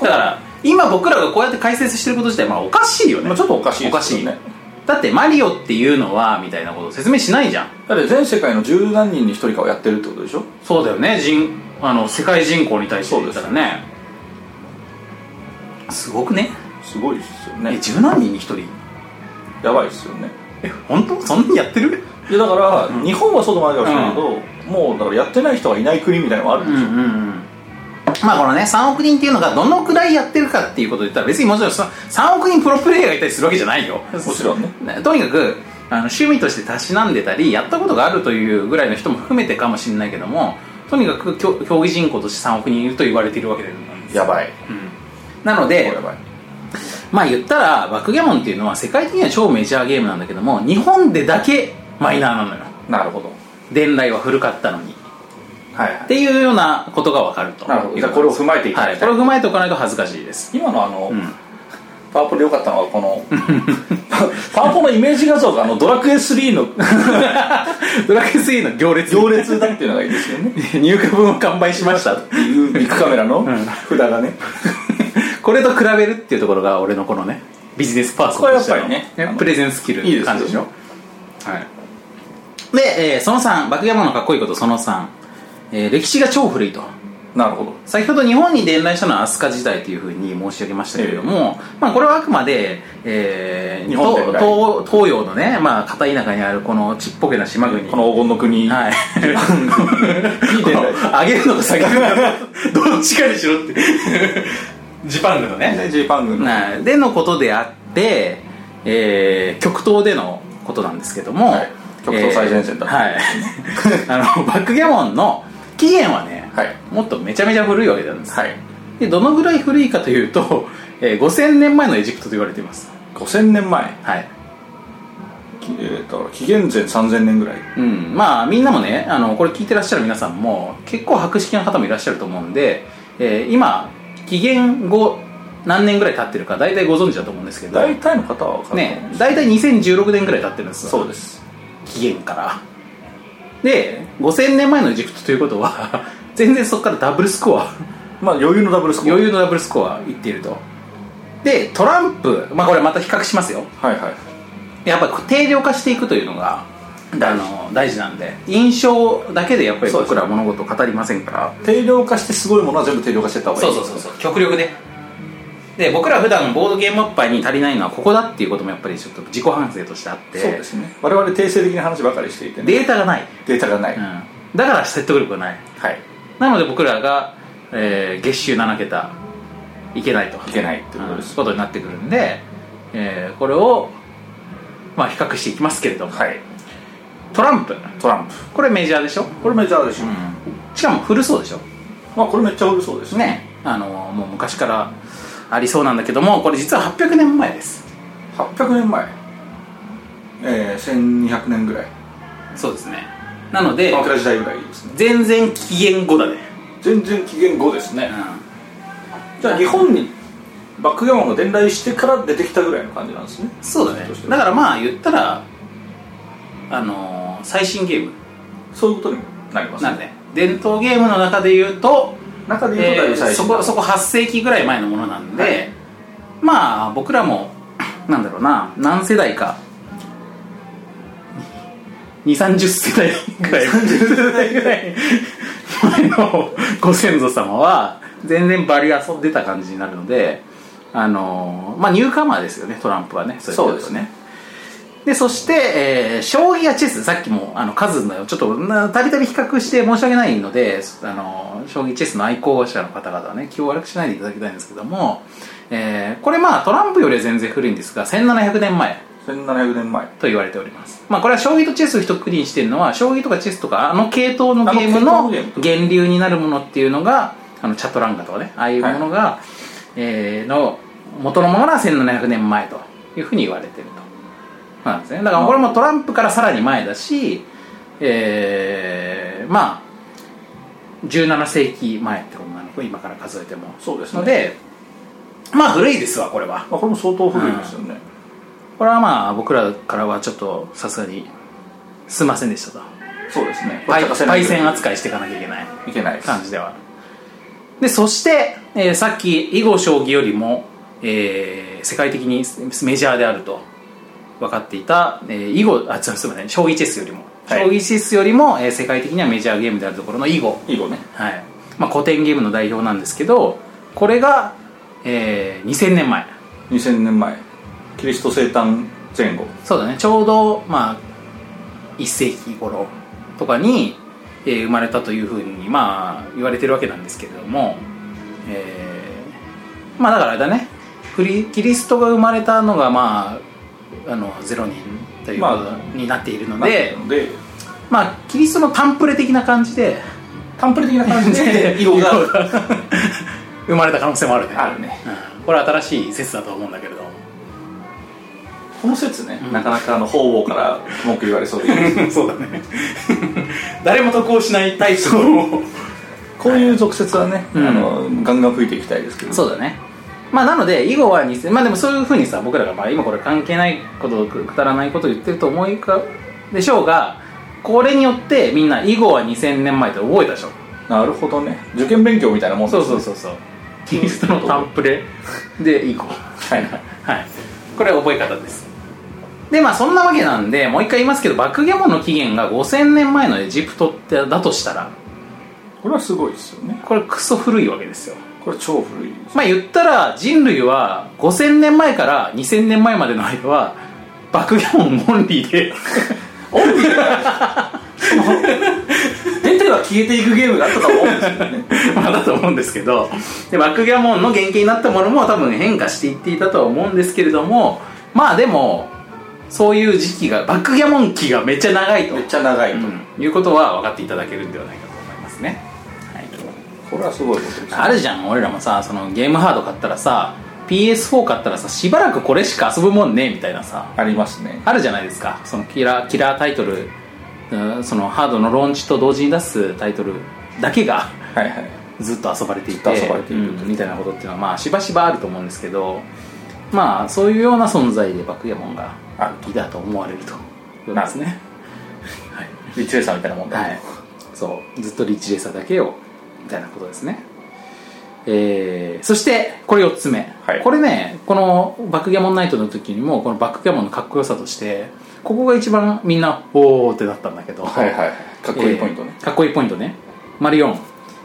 Speaker 2: だ
Speaker 3: れ
Speaker 2: から今僕らがこうやって解説してること自体まあおかしいよね、
Speaker 3: まあちょっとおかしい
Speaker 2: おか
Speaker 3: で
Speaker 2: し
Speaker 3: す
Speaker 2: い
Speaker 3: よね
Speaker 2: だってマリオっていうのはみたいなことを説明しないじゃん
Speaker 3: だって全世界の十何人に一人かをやってるってことでしょ
Speaker 2: そうだよね人あの世界人口に対して言ったらねすごくね
Speaker 3: すごいですよ
Speaker 2: え
Speaker 3: ね
Speaker 2: 十何人に一人
Speaker 3: やばいですよね
Speaker 2: え本当そんなにやってる
Speaker 3: いやだから、日本はそうでもあるかもしれないけど、もうだからやってない人がいない国みたいなのもあるん
Speaker 2: うん
Speaker 3: で
Speaker 2: う
Speaker 3: すよ、
Speaker 2: んうんまあこのね3億人っていうのがどのくらいやってるかっていうことで言ったら別にもちろんその3億人プロプレイヤーがいたりするわけじゃないよ
Speaker 3: もちろんね
Speaker 2: ねとにかくあの趣味としてたしなんでたりやったことがあるというぐらいの人も含めてかもしれないけどもとにかく競競技人口として3億人いると言われているわけで
Speaker 3: やばい
Speaker 2: なので
Speaker 3: やばい
Speaker 2: まあ言ったらバックギャモンっていうのは世界的には超メジャーゲームなんだけども日本でだけマイナーなのよ
Speaker 3: なるほど
Speaker 2: 伝来は古かったのにっ
Speaker 3: はいはい
Speaker 2: ていうようなことがわかると
Speaker 3: なるほどじゃあこれを踏まえていただ
Speaker 2: はいい
Speaker 3: た
Speaker 2: こ
Speaker 3: い
Speaker 2: れを踏まえておかないと恥ずかしいです
Speaker 3: 今のあの、
Speaker 2: うん
Speaker 3: パワポで良かったのはこの パワポのイメージ画像があのドラクエ3の
Speaker 2: ドラクエ3の行列
Speaker 3: 行列だっていうのがいいですよね
Speaker 2: 入荷分を完売しま した
Speaker 3: っていうビッグカメラの札がね
Speaker 2: これと比べるっていうところが俺のこのねビジネスパーソンとしての
Speaker 3: これやっぱりねあの
Speaker 2: プレゼンスキルって感じでしょ
Speaker 3: いい
Speaker 2: はいで、えーその3バックヤマンのかっこいいことその3、えー歴史が超古いと
Speaker 3: なるほど
Speaker 2: 先ほど日本に伝来したのは飛鳥時代というふうに申し上げましたけれども、まあ、これはあくまで、えー
Speaker 3: 日本伝来
Speaker 2: 東東東洋のね、まあ、片田舎にあるこのちっぽけな島国
Speaker 3: この黄金の国、
Speaker 2: はい。
Speaker 3: いいね
Speaker 2: 上げるのか下げるのか、どっちかにしろって。ジパングのね。
Speaker 3: ジーパン軍の
Speaker 2: なでのことであって、えー極東でのことなんですけども、
Speaker 3: はい極東最前線だ
Speaker 2: えーは い。あの、バックギャモンの起源はね、
Speaker 3: はい
Speaker 2: もっとめちゃめちゃ古いわけなんです。
Speaker 3: はい
Speaker 2: で、どのぐらい古いかというと、 えー5000年前のエジプトと言われています。
Speaker 3: 5000年前
Speaker 2: はい。
Speaker 3: きえーと紀元前3000年ぐらい
Speaker 2: うん、まあみんなもねあのこれ聞いてらっしゃる皆さんも結構博識な方もいらっしゃると思うんで、えー今紀元後何年ぐらい経ってるか大体ご存知だと思うんですけど
Speaker 3: 大体の方は分かる
Speaker 2: ね大体2016年ぐらい経ってるんですよ
Speaker 3: そうです
Speaker 2: 紀元からで5000年前のエジプトということは 全然そこからダブルスコア
Speaker 3: まあ余裕のダブルスコア
Speaker 2: 余裕のダブルスコアいっているとでトランプまあこれまた比較しますよ
Speaker 3: はいはい
Speaker 2: やっぱ定量化していくというのがあの大事なんで印象だけでやっぱり
Speaker 3: そうです
Speaker 2: 僕らは物事を語りませんから
Speaker 3: 定量化してすごいものは全部定量化してった方がいい
Speaker 2: そう極力ねで僕ら普段ボードゲームおっぱいに足りないのはここだっていうこともやっぱりちょっと自己反省としてあって
Speaker 3: そうですね我々定性的な話ばかりしていてね
Speaker 2: データがない、
Speaker 3: データがない、
Speaker 2: う
Speaker 3: はい
Speaker 2: ん、だから説得力がないなので僕らが、えー月収7桁いけないと
Speaker 3: いけないってことです
Speaker 2: うんことになってくるんで、えーこれをまあ比較していきますけれども、
Speaker 3: はい
Speaker 2: トランプ
Speaker 3: トランプ
Speaker 2: これメジャーでしょ
Speaker 3: これメジャーでしょ、
Speaker 2: しかも古そうでしょ
Speaker 3: まあこれめっちゃ古そうです
Speaker 2: ねあのもう昔からありそうなんだけどもこれ実は800年前です
Speaker 3: 800年前えー、1200年ぐらい
Speaker 2: そうですねなので
Speaker 3: 鎌倉時代ぐらいですね
Speaker 2: 全然紀元後だね
Speaker 3: 全然紀元後ですね、
Speaker 2: う
Speaker 3: じゃあ日本にバックギャモンが伝来してから出てきたぐらいの感じなんですね
Speaker 2: んそうだねだからまあ言ったらあのー最新ゲーム
Speaker 3: そういうことになります
Speaker 2: なんで伝統ゲームの中で言うと
Speaker 3: 中で言うとだい
Speaker 2: え
Speaker 3: ぶ
Speaker 2: ー
Speaker 3: 最
Speaker 2: そ
Speaker 3: 初
Speaker 2: こそこ8世紀ぐらい前のものなんで、
Speaker 3: はい
Speaker 2: まあ僕らもなんだろうな何世代か2 3 0世代ぐらい世代ぐらい前のご先祖様は全然バリ遊んでた感じになるのであのーまあニューカマーですよねトランプはねそいこと
Speaker 3: そうですね
Speaker 2: でそして、えー将棋やチェスさっきもあのカズのちょっとなたびたび比較して申し訳ないのであの将棋チェスの愛好者の方々はね気を悪くしないでいただきたいんですけども、えーこれまあトランプよりは全然古いんですが1700年前
Speaker 3: 1700年前
Speaker 2: と言われております、まあ、これは将棋とチェスを一括りにしてるのは将棋とかチェスとかあの系統のゲーム
Speaker 3: あの
Speaker 2: の
Speaker 3: 系統の
Speaker 2: 源流になるものっていうのがあのチャトランガとかねああいうものが、えーの元のものが1700年前というふうに言われてるとそうなんですねだからこれもトランプからさらに前だしえーまあ17世紀前ってことなのか今から数えても
Speaker 3: そうですね
Speaker 2: のでまあ古いですわこれは
Speaker 3: まあこれも相当古いですよね、
Speaker 2: これはまあ僕らからはちょっとさすがにすいませんでしたと
Speaker 3: そうですね
Speaker 2: パイパイセン
Speaker 3: い
Speaker 2: 扱いしていかなきゃいけない
Speaker 3: いけないです
Speaker 2: 感じではあるでそして、えーさっき囲碁将棋よりも、えー世界的にメジャーであると分かっていた、えー囲碁あすみません将棋チェスよりも、
Speaker 3: はい
Speaker 2: 将棋チェスよりも、えー世界的にはメジャーゲームであるところの囲碁
Speaker 3: 以後ね
Speaker 2: はいまあ、古典ゲームの代表なんですけどこれが、えー2000年前
Speaker 3: 2000年前キリスト生誕前後
Speaker 2: そうだねちょうどまあ1世紀頃とかに、えー生まれたというふうにまあ言われてるわけなんですけれども、えーまあだからあれだねクリキリストが生まれたのがまああの0人というこ
Speaker 3: ま
Speaker 2: とになっているの
Speaker 3: なって
Speaker 2: で
Speaker 3: る、ので
Speaker 2: まあ、キリストのタンプレ的な感じで
Speaker 3: タンプレ的な感じで囲碁が
Speaker 2: 生まれた可能性もあるね
Speaker 3: あるね
Speaker 2: うんこれは新しい説だと思うんだけれど
Speaker 3: この説ね、なかなかあの方々から文句言われそうで
Speaker 2: そうだね 誰も得をしない体操を
Speaker 3: こういう俗説はね、
Speaker 2: うん
Speaker 3: あのガンガン吹いていきたいですけど
Speaker 2: そうだねまあなので以後は2000まあでもそういうふうにさ僕らがまあ今これ関係ないことくくだらないことを言ってると思い浮かぶでしょうがこれによってみんな以後は2000年前って覚えたでしょ
Speaker 3: なるほどね受験勉強みたいなもんです
Speaker 2: そ
Speaker 3: ね
Speaker 2: うそうそうそうキリストのタンプレで以降
Speaker 3: はいはい
Speaker 2: はいこれは覚え方ですでまあそんなわけなんでもう一回言いますけどバクゲモンの起源が5000年前のエジプトってだとしたら
Speaker 3: これはすごいですよね
Speaker 2: これクソ古いわけですよ
Speaker 3: これ超古いです
Speaker 2: まあ言ったら人類は5000年前から2000年前までの間はバクギャモンオンリーで
Speaker 3: 出ては消えていくゲームがあったとは思うんですけどね
Speaker 2: まあだと思うんですけどでバクギャモンの原型になったものも多分変化していっていたとは思うんですけれどもまあでもそういう時期がバクギャモン期がめっちゃ長いと、
Speaker 3: めっちゃ長いと、
Speaker 2: うんいうことは分かっていただけるんではないかと思いますね、はい、
Speaker 3: これはすごいことですね
Speaker 2: あるじゃん俺らもさそのゲームハード買ったらさ PS4 買ったらさしばらくこれしか遊ぶもんねみたいなさ
Speaker 3: ありますね
Speaker 2: あるじゃないですかそのキラーキラータイトルうんそのハードのローンチと同時に出すタイトルだけが
Speaker 3: はいはい
Speaker 2: ずっと遊ばれてい
Speaker 3: ずっと
Speaker 2: て
Speaker 3: 遊ばれている
Speaker 2: うんみたいなことっていうのはまあしばしばあると思うんですけどまあそういうような存在でバクヤモンが
Speaker 3: ある
Speaker 2: いたと思われるということですね
Speaker 3: リッチレーサーみたいなもんだ、
Speaker 2: はいそうずっとリッチレーサーだけをみたいなことですねえーそしてこれ4つ目、
Speaker 3: はい
Speaker 2: これねこのバックギャモンナイトの時にもこのバックギャモンのかっこよさとしてここが一番みんなおーってなったんだけど、
Speaker 3: はいはいはいかっこいいポイントね、
Speaker 2: えーかっこいいポイントね丸4、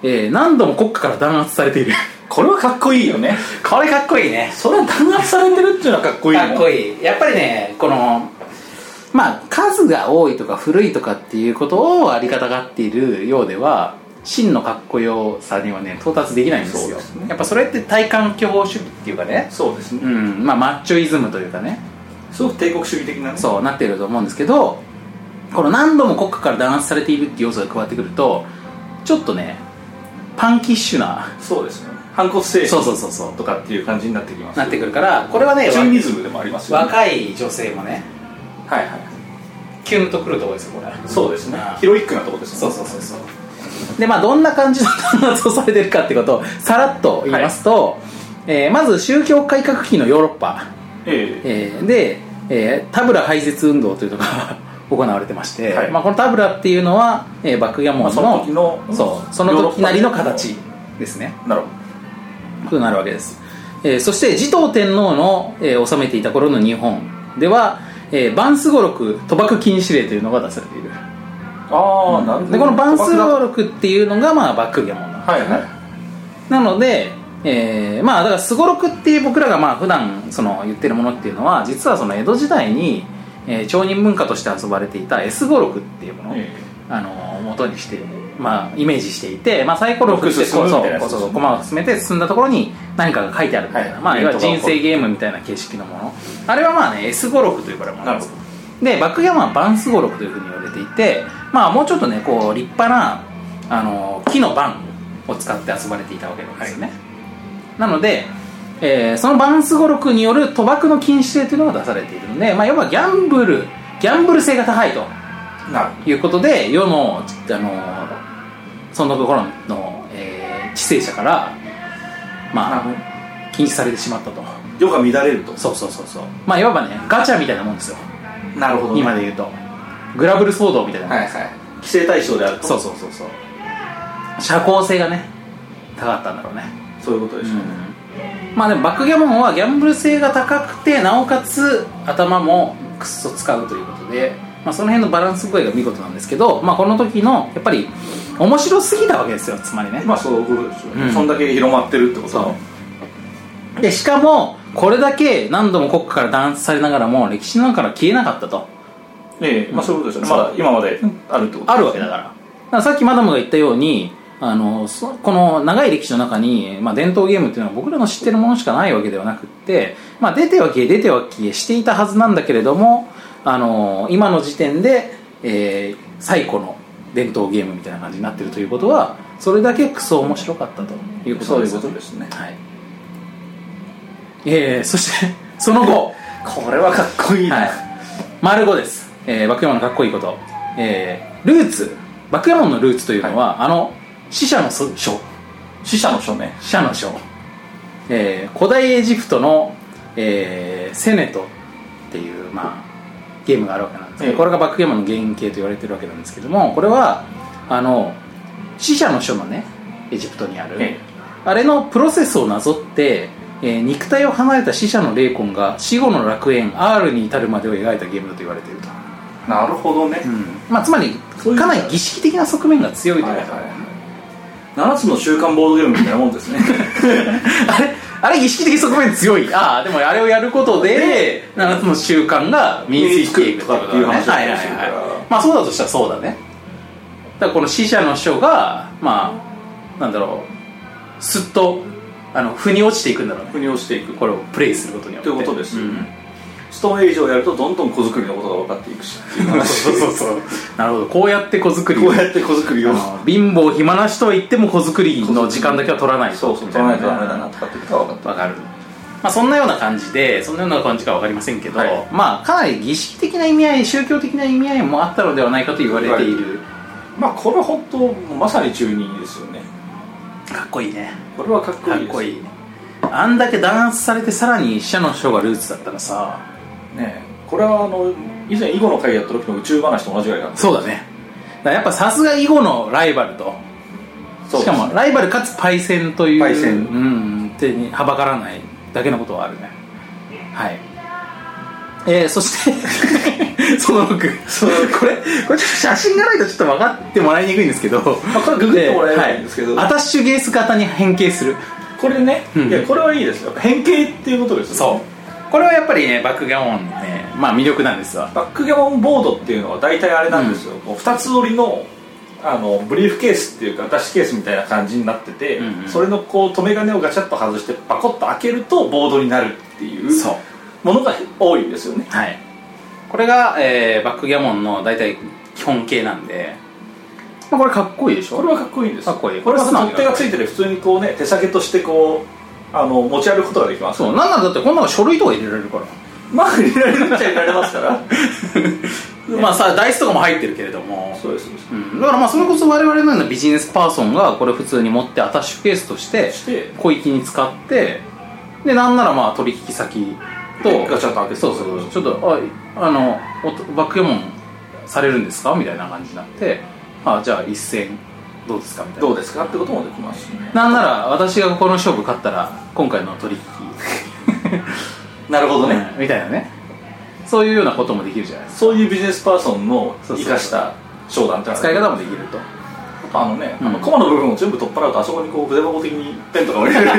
Speaker 2: えー何度も国家から弾圧されている
Speaker 3: これはかっこいいよね
Speaker 2: これかっこいいね
Speaker 3: それは弾圧されてるっていうのはかっこいい
Speaker 2: かっこ
Speaker 3: いい
Speaker 2: いいやっぱりねこのまあ数が多いとか古いとかっていうことをありがたがっているようでは真のかっこよさにはね到達できないんです
Speaker 3: そう
Speaker 2: よ
Speaker 3: ですね
Speaker 2: やっぱそれって体感巨峰主義っていうかね
Speaker 3: そうですね、
Speaker 2: うんまあマッチョイズムというかね
Speaker 3: すごく帝国主義的なね
Speaker 2: そうなってると思うんですけどこの何度も国家から弾圧されているっていう要素が加わってくるとちょっとねパンキッシュな
Speaker 3: そうですね反骨精神
Speaker 2: そうそうそうそう
Speaker 3: とかっていう感じになってきます
Speaker 2: なってくるからこれはね
Speaker 3: チューニズムでもありますよね
Speaker 2: 若い女性もね
Speaker 3: はいはい
Speaker 2: キュンとくるところですよこれ
Speaker 3: そうですね
Speaker 2: あー
Speaker 3: ヒロイックなとこです
Speaker 2: そ
Speaker 3: ね
Speaker 2: うそうそうそうでまあどんな感じの弾圧をされてるかってことをさらっと言いますと、えーまず宗教改革期のヨーロッパ、
Speaker 3: ええ
Speaker 2: えーで、えータブラ廃絶運動というのが 行われてまして、
Speaker 3: はい
Speaker 2: まあ、このタブラっていうのは、えーバックギャモンの,、
Speaker 3: まあその時の
Speaker 2: そうその時なりの形ですね
Speaker 3: なるほ
Speaker 2: となるわけです、えーそして持統天皇の、えー治めていた頃の日本では、えーバンス語録賭博禁止令というのが出されている
Speaker 3: どああーなるほど
Speaker 2: でこのバンス
Speaker 3: は
Speaker 2: ロールクっていうのがまあバックギャモンな,、
Speaker 3: いはい
Speaker 2: なので、えーまあだからスゴロクっていう僕らがまあ普段その言ってるものっていうのは実はその江戸時代に、えー町人文化として遊ばれていたエスゴロクっていうものを、
Speaker 3: え
Speaker 2: あの元にしてまあイメージしていて、まあ、サイコロを振って
Speaker 3: ロック進
Speaker 2: こう
Speaker 3: む
Speaker 2: そう
Speaker 3: みたいなやつ
Speaker 2: こうそうそう駒を進めて進んだところに何かが書いてあるみたいな、
Speaker 3: はい
Speaker 2: まあ、いわゆる
Speaker 3: イベン
Speaker 2: 人
Speaker 3: トが起こる
Speaker 2: 生ゲームみたいな形式のものあれはまあね S 語録と呼ばれるものです
Speaker 3: なる
Speaker 2: でバックギャモンはバンス語録というふうに言われていて、まあ、もうちょっとねこう立派なあの木の板を使って遊ばれていたわけなんですよね、なので、えーそのバンス語録による賭博の禁止令というのが出されているので、まあ、要はギャンブルギャンブル性が高いと
Speaker 3: えなる
Speaker 2: ということで世の、あのその頃の、えー、知性者から
Speaker 3: なる
Speaker 2: ま
Speaker 3: ほ
Speaker 2: あ禁止されてしまったと
Speaker 3: ど世が乱れると
Speaker 2: そうそうそうそうまあいわばねガチャみたいなもんですよ、
Speaker 3: なるほどね
Speaker 2: 今で言うとグラブル騒動みたいなもん
Speaker 3: はいはい規制対象であると
Speaker 2: そうそうそうそう社交性がね高かったんだろうね
Speaker 3: そういうことでしょうね、
Speaker 2: まあでもバックギャモンはギャンブル性が高くてなおかつ頭もくっそ使うということで、まあ、その辺のバランス具合が見事なんですけど、まあ、この時のやっぱり面白すぎたわけですよつまりね、
Speaker 3: まあそういうことですよね、
Speaker 2: うん
Speaker 3: そんだけ広まってるってことは
Speaker 2: でしかもこれだけ何度も国家から弾圧されながらも歴史の中から消えなかったと
Speaker 3: ええまあそういうことですよね、まだ今まであるってこと
Speaker 2: あるわけだからだからさっきマダムが言ったようにあのそこの長い歴史の中に、まあ、伝統ゲームっていうのは僕らの知ってるものしかないわけではなくって、まあ、出ては消え出ては消えしていたはずなんだけれどもあの今の時点で、えー最古の伝統ゲームみたいな感じになってるということはそれだけクソ面白かったということ
Speaker 3: そう
Speaker 2: で
Speaker 3: いう
Speaker 2: す
Speaker 3: ことですね
Speaker 2: はい、えー、そしてその後
Speaker 3: これはかっこいいな、
Speaker 2: はい、丸5です、えー、バクヤモンのかっこいいこと、えー、ルーツバクヤモンのルーツというのは、あの死者の書書
Speaker 3: 死者の署名
Speaker 2: 死者の書、えー、古代エジプトの、えー、セネトっていう、まあ、ゲームがあるわけなんですけど、
Speaker 3: ええ
Speaker 2: これがバクヤモンの原型と言われてるわけなんですけどもこれはあの死者の書のねエジプトにある、
Speaker 3: ええ
Speaker 2: あれのプロセスをなぞって、えー肉体を離れた死者の霊魂が死後の楽園 R に至るまでを描いたゲームだと言われていると、
Speaker 3: なるほどね、
Speaker 2: まあ、つまり
Speaker 3: そういう
Speaker 2: かなり儀式的な側面が強いと
Speaker 3: はいいうは
Speaker 2: か、
Speaker 3: い7つの週刊ボードゲームみたいなもん ですね
Speaker 2: あれあれ儀式的側面強いああでもあれをやることで7つの習慣が身についていく
Speaker 3: 身につくとかっていう話
Speaker 2: はいはい
Speaker 3: だから
Speaker 2: はいまあそうだとしたらそうだねだからこの死者の書がまあなんだろうすっとあの腑に落ちていくんだろうね
Speaker 3: 腑に落ちていく
Speaker 2: これをプレイすることによって
Speaker 3: ということですよね
Speaker 2: うん
Speaker 3: ストーンエイジをやるとどんどん子作りのことが分かっていくしっていう話
Speaker 2: そうそうそうなるほどこうやって子作り
Speaker 3: こうやって子作り
Speaker 2: あ
Speaker 3: を
Speaker 2: の貧乏暇な人は言っても子作りの時間だけは取らないと
Speaker 3: そうそう
Speaker 2: み
Speaker 3: 取
Speaker 2: たいな
Speaker 3: らないとダメだなとかっていうことが分かっ
Speaker 2: わかる、まあ、そんなような感じでそんなような感じかわかりませんけど、
Speaker 3: はい
Speaker 2: まあかなり儀式的な意味合い宗教的な意味合いもあったのではないかと言われている、
Speaker 3: たまあこれは本当まさに中二ですよね
Speaker 2: かっこいいね
Speaker 3: これはかっこ
Speaker 2: か
Speaker 3: い
Speaker 2: っ
Speaker 3: いです
Speaker 2: こいいあんだけ弾圧されてさらに死者の書がルーツだったらさ
Speaker 3: ねこれはあの以前囲碁の会やった時の宇宙話と同じぐらいだった
Speaker 2: そうだねだからやっぱさすが囲碁のライバルと
Speaker 3: そう
Speaker 2: し
Speaker 3: です
Speaker 2: か
Speaker 3: ね
Speaker 2: もライバルかつパイセンという
Speaker 3: パイセン
Speaker 2: うん手にはばからないだけのことはあるねはいえー、そして その6そのこれこれちょっと写真がないとちょっと分かってもらいにくいんですけど、
Speaker 3: あこれググってもらえないんですけど
Speaker 2: えーはいアタッシュゲース型に変形する
Speaker 3: これね、
Speaker 2: うん
Speaker 3: いやこれはいいですよ変形っていうことですよ
Speaker 2: うこれはやっぱりねバックガモンねまあ魅力なんですわ
Speaker 3: バックギャモンボードっていうのは大体あれなんですよ、こう2つ折りのあのブリーフケースっていうかダッシュケースみたいな感じになってて、
Speaker 2: うんうん
Speaker 3: それのこう留め金をガチャッと外してパコッと開けるとボードになるっていう
Speaker 2: そう
Speaker 3: ものが多いですよね
Speaker 2: はい、これが、えーバックギャモンの大体基本形なんで、まあ、これかっこいいでしょ
Speaker 3: これはかっこいいんですよ
Speaker 2: かっこいい
Speaker 3: これは
Speaker 2: これは素直
Speaker 3: 取っ手がついてて普通にこうね手先としてこうあの持ち歩くことができます
Speaker 2: そうなんなんだってこんなの書類とか入れられる から
Speaker 3: まあ入れられるっちゃ入れられますから
Speaker 2: まあさダイスとかも入ってるけれども、
Speaker 3: そうですそうです
Speaker 2: うん、だからまあそれこそ我々のようなビジネスパーソンがこれ普通に持ってアタッシュケースとして
Speaker 3: して
Speaker 2: 小粋に使ってでなんならまあ取引先と
Speaker 3: ガチャッと開けて
Speaker 2: そうそうちょっとああのおバックヤモンされるんですかみたいな感じになってあじゃあ一戦どうですかみたいな
Speaker 3: どうですかってこともできますしね
Speaker 2: なんなら私がこの勝負勝ったら今回の 取引
Speaker 3: なるほどね、
Speaker 2: うんみたいなねそういうようなこともできるじゃないです
Speaker 3: そういうビジネスパーソンの
Speaker 2: そう
Speaker 3: 生
Speaker 2: そう
Speaker 3: かした商談って
Speaker 2: か
Speaker 3: のは
Speaker 2: 使い方もできると
Speaker 3: あのね、あ
Speaker 2: う
Speaker 3: の
Speaker 2: ん
Speaker 3: コマの部分を全部取っ払うとあそこにこう筆箱的にペンとか置いてる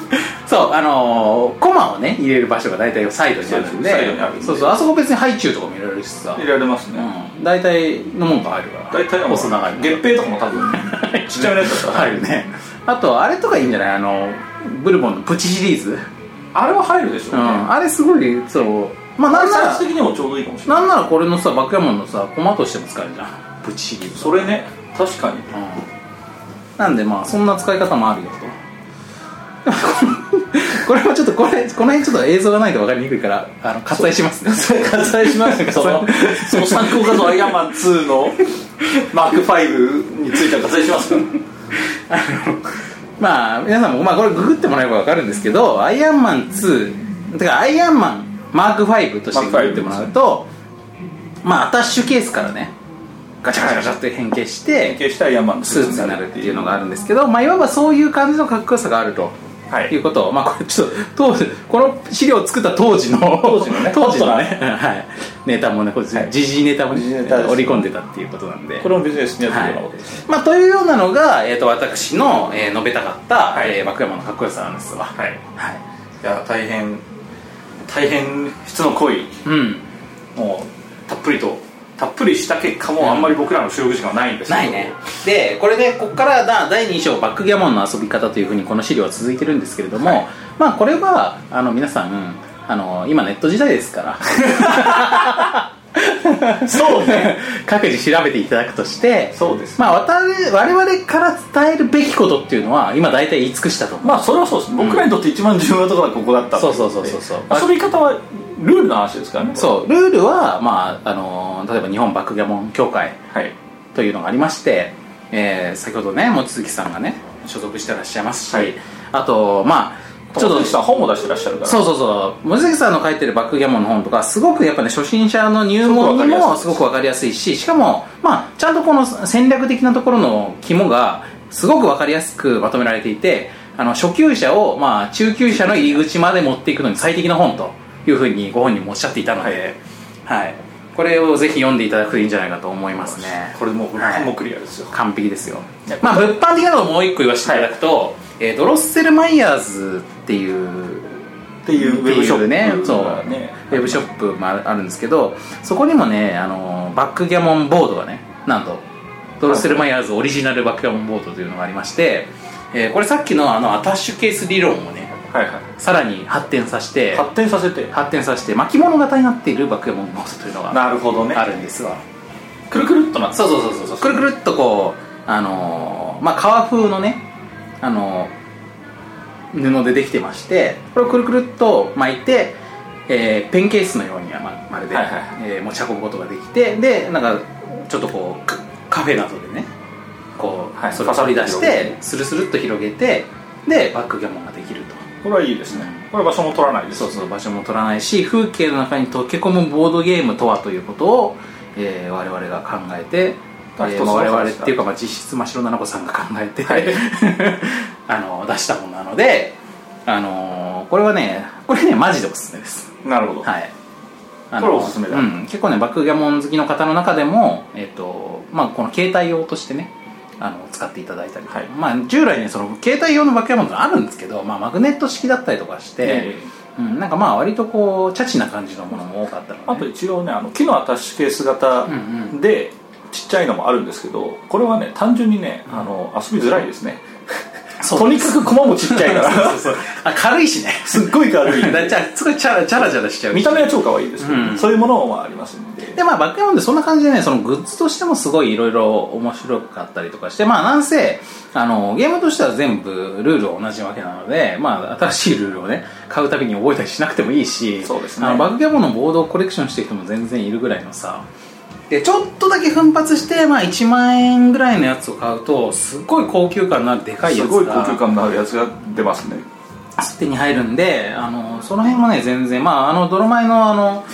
Speaker 2: そうあのーコマをね入れる場所が大体サイドにあるんで
Speaker 3: サイドにあるんで
Speaker 2: そうそうあそこ別にハイチュウとかも入れられるしさ、
Speaker 3: 入れられますね、
Speaker 2: うん、大体のもんが入るから
Speaker 3: 大体はもう
Speaker 2: 細長いのが
Speaker 3: 月餅とかも多分ちっちゃめのやつだ ったら
Speaker 2: 入るねあとあれとかいいんじゃないあのブルボンのプチシリーズ、
Speaker 3: あれは入るでしょう
Speaker 2: う
Speaker 3: ね、
Speaker 2: ん、あれすごいそうまあ
Speaker 3: あ
Speaker 2: な
Speaker 3: れ
Speaker 2: んな
Speaker 3: サイズ
Speaker 2: ら
Speaker 3: 的にもちょうどいいかもしれない
Speaker 2: なんならこれのさバックヤモンのさコマとしても使えるじゃんプチシリーズ
Speaker 3: それね確かに
Speaker 2: うんなんでまあそんな使い方もあるよとこれはちょっとこれこの辺ちょっと映像がないと分かりにくいからあの割愛しますね割愛します
Speaker 3: そのその参考画像アイアンマン2の マーク5については活躍しますから
Speaker 2: まあ皆さんも、まあ、これググってもらえば分かるんですけどアイアンマン2てかアイアンマンマーク5としてググってもらうとまあアタッシュケースからねガチャガチャガチャって変形して
Speaker 3: 決してアイアンマンの
Speaker 2: スーツになるっていうのがあるんですけど、まあ、いわばそういう感じのかっこよさがあると。
Speaker 3: はい
Speaker 2: いうことを、まあ、これちょっと当時この資料を作った当時の当
Speaker 3: 時のね
Speaker 2: 当時のね、
Speaker 3: ホッ
Speaker 2: はい、ネタもねこう時事ネタもね
Speaker 3: 時事ネタですね
Speaker 2: 織り込んでたっていうことなんで
Speaker 3: これもビジネスにやってるようなことですね、
Speaker 2: はいまあ、というようなのが、えー、と私の、えー述べたかった、
Speaker 3: はい
Speaker 2: えー、幕山のかっこよさなんですわ
Speaker 3: はい
Speaker 2: はい、
Speaker 3: いや大変大変質の濃い
Speaker 2: うん
Speaker 3: もうたっぷりとたっぷりした結果もあんまり僕らの収録時間はないんですけど
Speaker 2: ないねでこれでここからだ第2章バックギャモンの遊び方というふうにこの資料は続いてるんですけれども、まあこれ はあの皆さんあの今ネット時代ですから
Speaker 4: そうね
Speaker 2: 各自調べていただくとして
Speaker 3: そうです
Speaker 2: まあわた我々から伝えるべきことっていうのは今大体言い尽くしたと思う、
Speaker 3: まあそれはそうです、僕らにとって一番重要なところはここだった
Speaker 2: そうそうそうそうそう
Speaker 3: 遊び方はルールの話ですからね
Speaker 2: そうルールは、まああのー例えば日本バックギャモン協会
Speaker 3: はい
Speaker 2: というのがありまして、えー先ほどね望月さんがね所属してらっしゃいますし、
Speaker 3: はい
Speaker 2: あとまあ
Speaker 3: ちょっと
Speaker 2: そ
Speaker 3: さん本も出してらっしゃるから
Speaker 2: うそうそう望月さんの書いてるバックギャモンの本とかすごくやっぱね初心者の入門にもす
Speaker 3: す
Speaker 2: ご
Speaker 3: ご
Speaker 2: く
Speaker 3: く
Speaker 2: わかりやすいししかもまあちゃんとこの戦略的なところの肝がすごくわかりやすくまとめられていてあの初級者をまあ中級者の入り口まで持っていくのに最適な本というふうにご本人もおっしゃっていたので、はいこれをぜひ読んでいただくといいんじゃないかと思いますね
Speaker 3: これもう
Speaker 2: はい
Speaker 3: 僕もクリアですよ、
Speaker 2: 完璧ですよ
Speaker 3: いや
Speaker 2: まあ物販的なのをもう一個言わせていただくと、えードロッセルマイヤーズっていう
Speaker 3: っていうウェブショップ
Speaker 2: ねそう
Speaker 3: がね
Speaker 2: ウェブショップもあるあるんですけどそこにもねあのバックギャモンボードがねなんとドロッセルマイヤーズオリジナルバックギャモンボードというのがありまして、えーこれさっきのあのアタッシュケース理論をね
Speaker 3: はいは
Speaker 2: さらに発展させて
Speaker 3: い発展させて
Speaker 2: 発展させて巻物型になっているバックギャモンボードというのが
Speaker 3: なるほどね
Speaker 2: あるんですわ
Speaker 3: くるくるっとなって
Speaker 2: そうそうそうそうそうくるくるっとこうあのーまあ革風のねあのー布でできてましてこれをくるくるっと巻いて、えーペンケースのようにはままるで、
Speaker 3: はいはい
Speaker 2: えー持ち運ぶことができてでなんかちょっとこうカカフェなどでねこう、
Speaker 3: はい
Speaker 2: それを取り出し
Speaker 3: パサッと
Speaker 2: てスルスルっと広げてでバックギャモンができると
Speaker 3: これはいいですねこれは場所も取らないです
Speaker 2: そうそう場所も取らないし風景の中に溶け込むボードゲームとはということを、えー我々が考えて、え
Speaker 3: あ一
Speaker 2: ー
Speaker 3: つ
Speaker 2: まあ
Speaker 3: の
Speaker 2: 我々っ
Speaker 3: 形だ
Speaker 2: ていうか、まあ、実質真白菜々子さんが考えて、
Speaker 3: はい
Speaker 2: あの出したものなので、あのーこれはねこれねマジでおすすめです
Speaker 3: なるほど、
Speaker 2: はいあ
Speaker 3: これおすすめだ
Speaker 2: うん、結構ねバックギャモン好きの方の中でも、えっとまあ、この携帯用としてねあの使っていただいたりとか、
Speaker 3: はい
Speaker 2: まあ、従来ねその携帯用のバックギャモンってのあるんですけど、まあ、マグネット式だったりとかして、
Speaker 3: ええ
Speaker 2: うん、なんかまあ割とこうチャチな感じのものも多かったので、
Speaker 3: あと一応ねあの木のアタッシュケース型
Speaker 2: うんうん
Speaker 3: でちっちゃいのもあるんですけどこれはね単純にねあの遊びづらいですねとにかく駒もちっちゃいか
Speaker 2: そう
Speaker 3: ら
Speaker 2: そうそうあ軽いしね
Speaker 3: すっごい軽いん
Speaker 2: だ
Speaker 3: で
Speaker 2: じゃあすごいチャラチャラチャラしちゃうし
Speaker 3: 見た目は超可愛いですけど、
Speaker 2: うん
Speaker 3: そういうものもありますんで
Speaker 2: でまあバックヤモンでそんな感じでねそのグッズとしてもすごいいろいろ面白かったりとかしてまあなんせあのゲームとしては全部ルールは同じわけなのでまあ新しいルールをね買うたびに覚えたりしなくてもいいし
Speaker 3: そうですね
Speaker 2: あのバックギャモンのボードをコレクションしてる人も全然いるぐらいのさでちょっとだけ奮発して、まあ、1万円ぐらいのやつを買うとすっごい高級感のあるでかいや
Speaker 3: す
Speaker 2: つ
Speaker 3: ごい
Speaker 2: が
Speaker 3: 高級感のあるやつが出ますね
Speaker 2: 手に入るんであのその辺もね全然まああの泥前のあの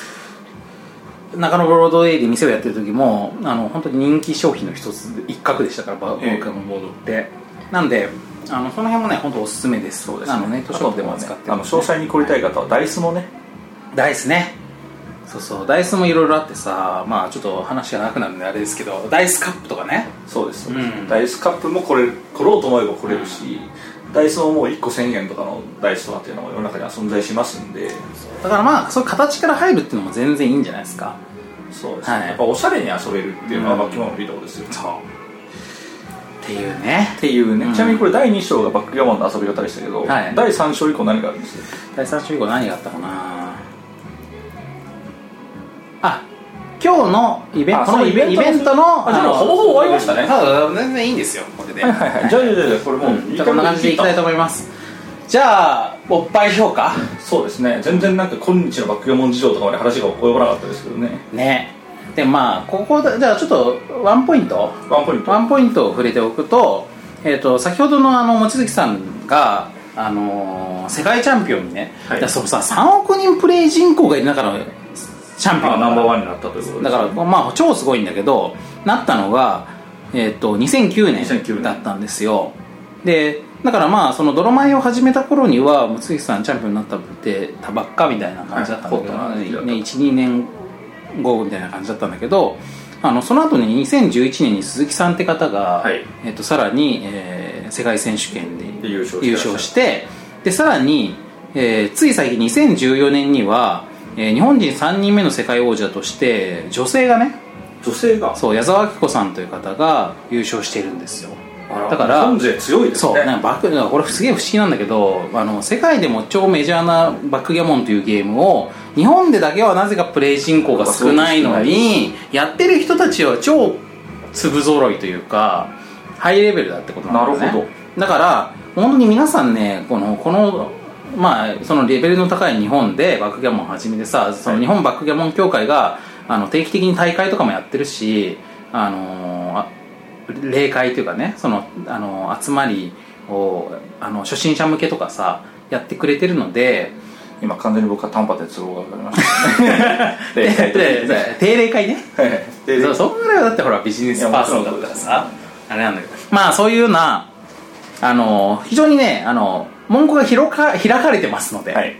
Speaker 2: 中野ブロードウェイで店をやってる時もあの本当に人気商品の一つ一角でしたからバ
Speaker 3: え
Speaker 2: ー
Speaker 3: え
Speaker 2: カムボードって、なんであのその辺もね本当おすすめですそうあのね図
Speaker 3: あ
Speaker 2: 書館
Speaker 3: と
Speaker 2: で
Speaker 3: で
Speaker 2: も
Speaker 3: も
Speaker 2: 使
Speaker 3: 使
Speaker 2: っ
Speaker 3: っててあの詳細に凝りたい方はダイスもね
Speaker 2: ダイスねそうそうダイスもいろいろあってさまあちょっと話がなくなるんであれですけどダイスカップとかね
Speaker 3: そうです、
Speaker 2: うん
Speaker 3: ダイスカップもこれ来ろうと思えば来れるし、ダイスももう1個1000円とかのダイスとかっていうのも世の中には存在しますんで
Speaker 2: だからまあそういう形から入るっていうのも全然いいんじゃないですか
Speaker 3: そうですね、
Speaker 2: はい
Speaker 3: やっぱおしゃれに遊べるっていうのは
Speaker 2: うん
Speaker 3: バックモンのいいところですよ、
Speaker 2: そうっていうね
Speaker 3: っていうね、
Speaker 2: うん
Speaker 3: ちなみにこれ第2章がバックギャモンの遊び方でしたけど、
Speaker 2: はい
Speaker 3: 第3章以降何があるんですか
Speaker 2: 第3週以降何があったかなあ今日のイベン
Speaker 3: あ
Speaker 2: トこのイベイ
Speaker 3: そうイベン
Speaker 2: ベント
Speaker 3: トの
Speaker 2: の
Speaker 3: あじゃあ
Speaker 2: の
Speaker 3: ほぼほぼ終わりましたね
Speaker 2: ただ全然いいんですよこれで
Speaker 3: はいはいはいじゃあじゃあじゃあじゃあこれもう
Speaker 2: うんじゃあこんな感じでいきたいと思いますじゃあおっぱい評価
Speaker 3: そうですね全然なんか今日のバックギャモン事情とかまで話が及ばなかったですけどね
Speaker 2: ねでまあここだじゃあちょっとワンポイント
Speaker 3: ワンポイント
Speaker 2: ワンポイントを触れておくと,、えー、と先ほどのあの望月さんが、あのー世界チャンピオンにね、
Speaker 3: は
Speaker 2: だか
Speaker 3: い
Speaker 2: らそのさ3億人プレイ人口がいる中のチャンピオンだ
Speaker 3: あ
Speaker 2: から
Speaker 3: ナンバーワンになったということです
Speaker 2: だから、まあ、超すごいんだけどなったのが、えっと2009
Speaker 3: 2009
Speaker 2: 年
Speaker 3: 年
Speaker 2: だったんですよでだからまあその泥米を始めた頃にはもう杉さんチャンピオンになったってたばっかみたいな感じだったんだけど、
Speaker 3: はい
Speaker 2: ねね12年後みたいな感じだったんだけどあのその後に2011年に鈴木さんって方が、
Speaker 3: はい
Speaker 2: えっとさらに、えー世界選手権で
Speaker 3: で優勝して
Speaker 2: 優勝してでさらに、えーつい最近2014年には、えー日本人3人目の世界王者として女性がね
Speaker 3: 女性が
Speaker 2: そう矢沢明子さんという方が優勝しているんですよだから
Speaker 3: 日本勢強いです
Speaker 2: そう
Speaker 3: ね
Speaker 2: なんかバックだからこれすげえ不思議なんだけどあの世界でも超メジャーなバックギャモンというゲームを日本でだけはなぜかプレイ人口が少ないのにやってる人たちは超粒揃いというかハイレベルだってことなんですね
Speaker 3: なるほ
Speaker 2: だから本当に皆さんねこのこのまあそのレベルの高い日本でバックギャモンはじめでさその日本バックギャモン協会があの定期的に大会とかもやってるしあのあ例会というかねそのあの集まりをあの初心者向けとかさやってくれてるので
Speaker 3: 今完全に僕は短波で都合が分かりました
Speaker 2: で
Speaker 3: 例会
Speaker 2: でで定例会ね
Speaker 3: で
Speaker 2: そうそんぐらいはだってほらビジネスパーソンだったらさあれなんだけどまあそういうようなあの非常にねあの門戸が広か開かれてますので、
Speaker 3: はい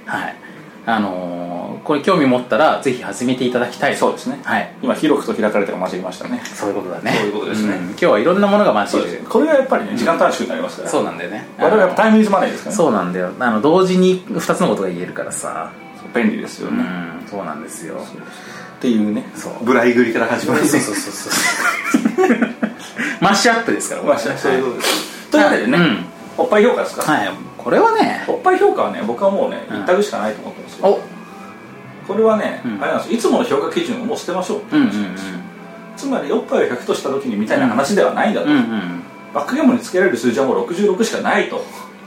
Speaker 2: あのこれ興味持ったらぜひ始めていただきたい
Speaker 3: そうですね
Speaker 2: はい
Speaker 3: 今広くと開かれてが混じりましたね
Speaker 2: そういうことだね
Speaker 3: そういうことですね
Speaker 2: ん今日はいろんなものが交じる
Speaker 3: これがやっぱりね時間短縮になりますから
Speaker 2: そううなんだよね
Speaker 3: 我々はやっぱタイムイズマネーですからね
Speaker 2: そうなんだよあの同時に2つのことが言えるからさ
Speaker 3: 便利ですよ
Speaker 2: う
Speaker 3: ね
Speaker 2: んそうなんですよ
Speaker 3: っていうね
Speaker 2: そう
Speaker 3: ブライグリから始まる
Speaker 2: そうそうそうそう マッシュアップですから
Speaker 3: まあそういうことですというわけでね
Speaker 2: うん
Speaker 3: おっぱい評価ですか
Speaker 2: はいこれはね
Speaker 3: おっぱい評価はね僕はもうね
Speaker 2: うん
Speaker 3: 一択しかないと思ってますよ
Speaker 2: お
Speaker 3: これはね
Speaker 2: うん
Speaker 3: あれなんですよいつもの評価基準をもう捨てましょう
Speaker 2: うんうんうん
Speaker 3: つまりおっぱいを100とした時にみたいな話ではないんだと
Speaker 2: うんうん
Speaker 3: バックゲームにつけられる数字はもう66しかないと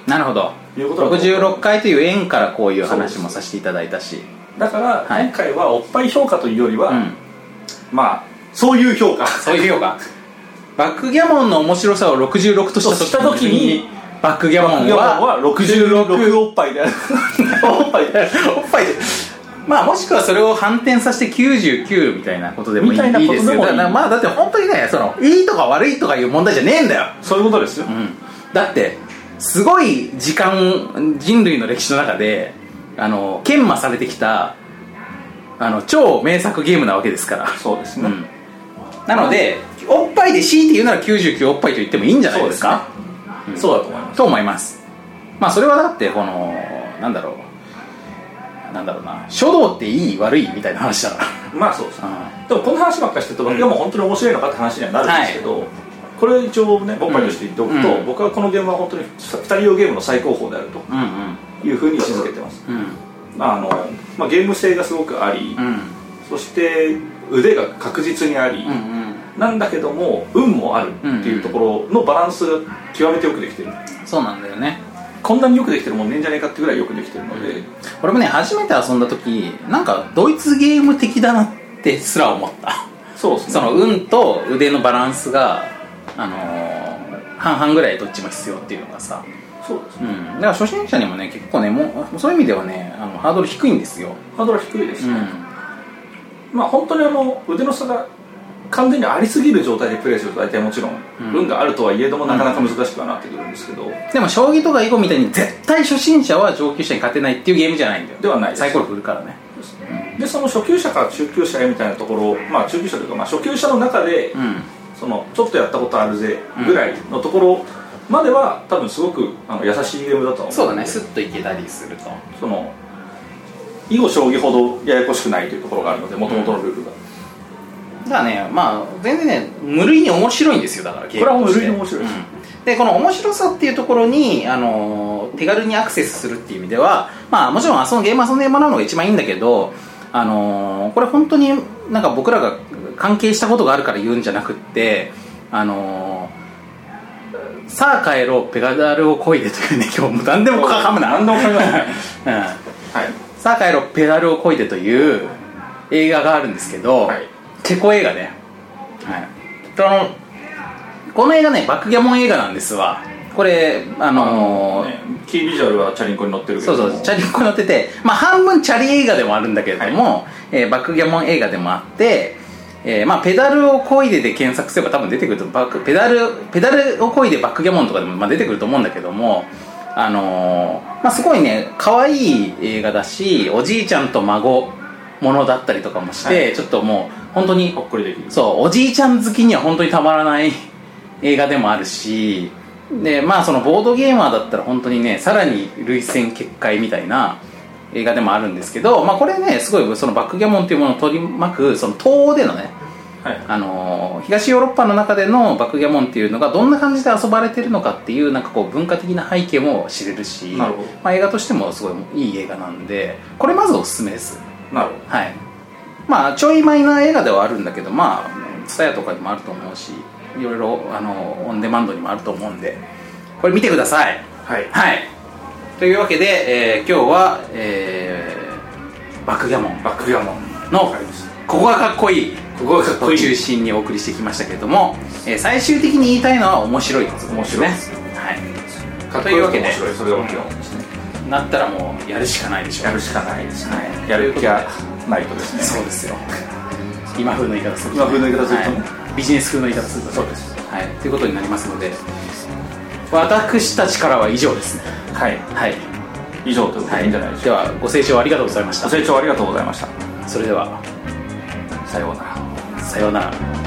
Speaker 2: なるほど
Speaker 3: いうことだと思う
Speaker 2: 66回という縁からこういう話もさせていただいたし
Speaker 3: だか
Speaker 2: は
Speaker 3: ら
Speaker 2: い
Speaker 3: 今回はおっぱい評価というより
Speaker 2: う
Speaker 3: は
Speaker 2: ん
Speaker 3: まあそういう評価
Speaker 2: そういう評価バックギャモンの面白さを66と
Speaker 3: と
Speaker 2: し
Speaker 3: したた
Speaker 2: 時に
Speaker 3: 時に
Speaker 2: バックギャモン
Speaker 3: いや
Speaker 2: は
Speaker 3: は66おっぱいである おっぱいである
Speaker 2: おっぱいでまあもしくはそれを反転させて99みたいなことでもいい
Speaker 3: みたいなことでもいい
Speaker 2: ですよだからまあだって本当にねそのいいとか悪いとかいう問題じゃねえんだよ
Speaker 3: そういうことですよ
Speaker 2: うん、だってすごい時間人類の歴史の中であの研磨されてきたあの超名作ゲームなわけですから、
Speaker 3: そうです
Speaker 2: う
Speaker 3: ね
Speaker 2: ん、なのでおっぱいで強いて言うなら99おっぱいと言ってもいいんじゃないですか
Speaker 3: そうですねそうだと思います
Speaker 2: と思いますまあそれはだってこのなんだろうなんだろうな書道っていい悪いみたいな話だか
Speaker 3: まあそうです
Speaker 2: ら、
Speaker 3: ね
Speaker 2: うん
Speaker 3: でもこの話ばっかりしてると僕はもう本当に面白いのかって話にはなるんですけど、これ一応ね僕らとして言っておくと、
Speaker 2: うん
Speaker 3: 僕はこの現場は本当に2人用ゲームの最高峰であると
Speaker 2: うん
Speaker 3: いうふうに位置づけてます、
Speaker 2: うんうん
Speaker 3: まああのまあ、ゲーム性がすごくあり、
Speaker 2: うん
Speaker 3: そして腕が確実にあり、
Speaker 2: うんうん
Speaker 3: なんだけども運もあるっていうところのバランスが極めてよくできてる
Speaker 2: そうなんだよね
Speaker 3: こんなによくできてるもんねえんじゃねえかってぐらいよくできてるので、
Speaker 2: 俺もね初めて遊んだ時なんかドイツゲーム的だなってすら思った
Speaker 3: そうですね
Speaker 2: その運と腕のバランスがあのー半々ぐらいどっちも必要っていうのがさ
Speaker 3: そうです
Speaker 2: う
Speaker 3: ね
Speaker 2: んだから初心者にもね結構ねもうそういう意味ではねあのハードル低いんですよ
Speaker 3: ハードルは低いです、
Speaker 2: うん
Speaker 3: まあ本当にあの腕の差が完全にありすぎる状態でプレイすると大体もちろん、
Speaker 2: うん
Speaker 3: 運があるとはいえどもなかなか難しくはなってくるんですけど、
Speaker 2: でも将棋とか囲碁みたいに絶対初心者は上級者に勝てないっていうゲームじゃないんだよ
Speaker 3: ではないです
Speaker 2: サイコロ振るからね
Speaker 3: でその初級者から中級者へみたいなところをまあ中級者というか、まあ、初級者の中で、
Speaker 2: うん
Speaker 3: そのちょっとやったことあるぜぐらいのところまでは多分すごくあの優しいゲームだと思う
Speaker 2: そうだねスッといけたりすると
Speaker 3: その囲碁将棋ほどややこしくないというところがあるのでもともとのルールが、
Speaker 2: だからねまあ全然ね無類に面白いんですよだからゲーム
Speaker 3: これは
Speaker 2: として
Speaker 3: 無類に面白いです
Speaker 2: うんでこの面白さっていうところに、あのー手軽にアクセスするっていう意味ではまあもちろんそのゲームはそのゲームなのが一番いいんだけどあのーこれ本当になんか僕らが関係したことがあるから言うんじゃなくってあのーさあ帰ろうペダルをこいでというね今日もう何でもかかむな
Speaker 3: 何でも噛むな
Speaker 2: うん
Speaker 3: はい
Speaker 2: さあ帰ろうペダルをこいでという映画があるんですけど、
Speaker 3: はい
Speaker 2: チェコ映画ね、はい、このこの映画ねバックギャモン映画なんですわこれあのー
Speaker 3: ねキービジュアルはチャリンコに乗ってるけ
Speaker 2: そ
Speaker 3: ど
Speaker 2: う
Speaker 3: も
Speaker 2: そうチャリンコ乗ってて、まあ、半分チャリ映画でもあるんだけれども、えーバックギャモン映画でもあって、えーまあ、ペダルをこいでで検索すれば多分出てくるとバックペダルペダルをこいでバックギャモンとかでも、まあ、出てくると思うんだけどもあのーまあ、すごいね可愛い映画だしおじいちゃんと孫ものだったりとかもして、
Speaker 3: は
Speaker 2: ちょっともう本当に
Speaker 3: ほっこりできる
Speaker 2: そうおじいちゃん好きには本当にたまらない映画でもあるしでまあそのボードゲーマーだったら本当にねさらに累戦決壊みたいな映画でもあるんですけど、まあ、これねすごいそのバックギャモンっていうものを取り巻くその東欧でのね
Speaker 3: はい
Speaker 2: あのー東ヨーロッパの中でのバックギャモンっていうのがどんな感じで遊ばれてるのかっていうなんかこう文化的な背景も知れるし
Speaker 3: なるほど
Speaker 2: まあ、映画としてもすごいいい映画なんでこれまずおすすめです
Speaker 3: なるほど
Speaker 2: はいまあちょいマイな映画ではあるんだけどまあ TSUTAYA とかにもあると思うしいろいろあのオンデマンドにもあると思うんでこれ見てください
Speaker 3: はい
Speaker 2: はいというわけで、えー今日は、えーバックギャモン
Speaker 3: バックヤモン
Speaker 2: の
Speaker 3: わかりました
Speaker 2: ここがかっこいい
Speaker 3: ここがかっこい
Speaker 2: を中
Speaker 3: い
Speaker 2: 心にお送りしてきましたけれども、えー最終的に言いたいのは面白いことですね
Speaker 3: 面白いです
Speaker 2: はい
Speaker 3: かっ
Speaker 2: と
Speaker 3: こ
Speaker 2: い
Speaker 3: よ
Speaker 2: う
Speaker 3: く
Speaker 2: わけで
Speaker 3: 面白いそれを今日ですね
Speaker 2: なったらもうやるしかないでしょう
Speaker 3: やるしかないですね、
Speaker 2: はい
Speaker 3: やる気がないとですね
Speaker 2: そうですよ今風の言い方すると、
Speaker 3: 今風の言い方するとね
Speaker 2: はいビジネス風の言い方するとね
Speaker 3: そうです
Speaker 2: はいということになりますので私たちからは以上ですね
Speaker 3: はい
Speaker 2: はい、
Speaker 3: 以上ということ
Speaker 2: は
Speaker 3: でいいんじゃないでし
Speaker 2: で
Speaker 3: ょうか、
Speaker 2: はご清聴ありがとうございました
Speaker 3: ご清聴ありがとうございました
Speaker 2: それでは
Speaker 3: さようなら
Speaker 2: さようなら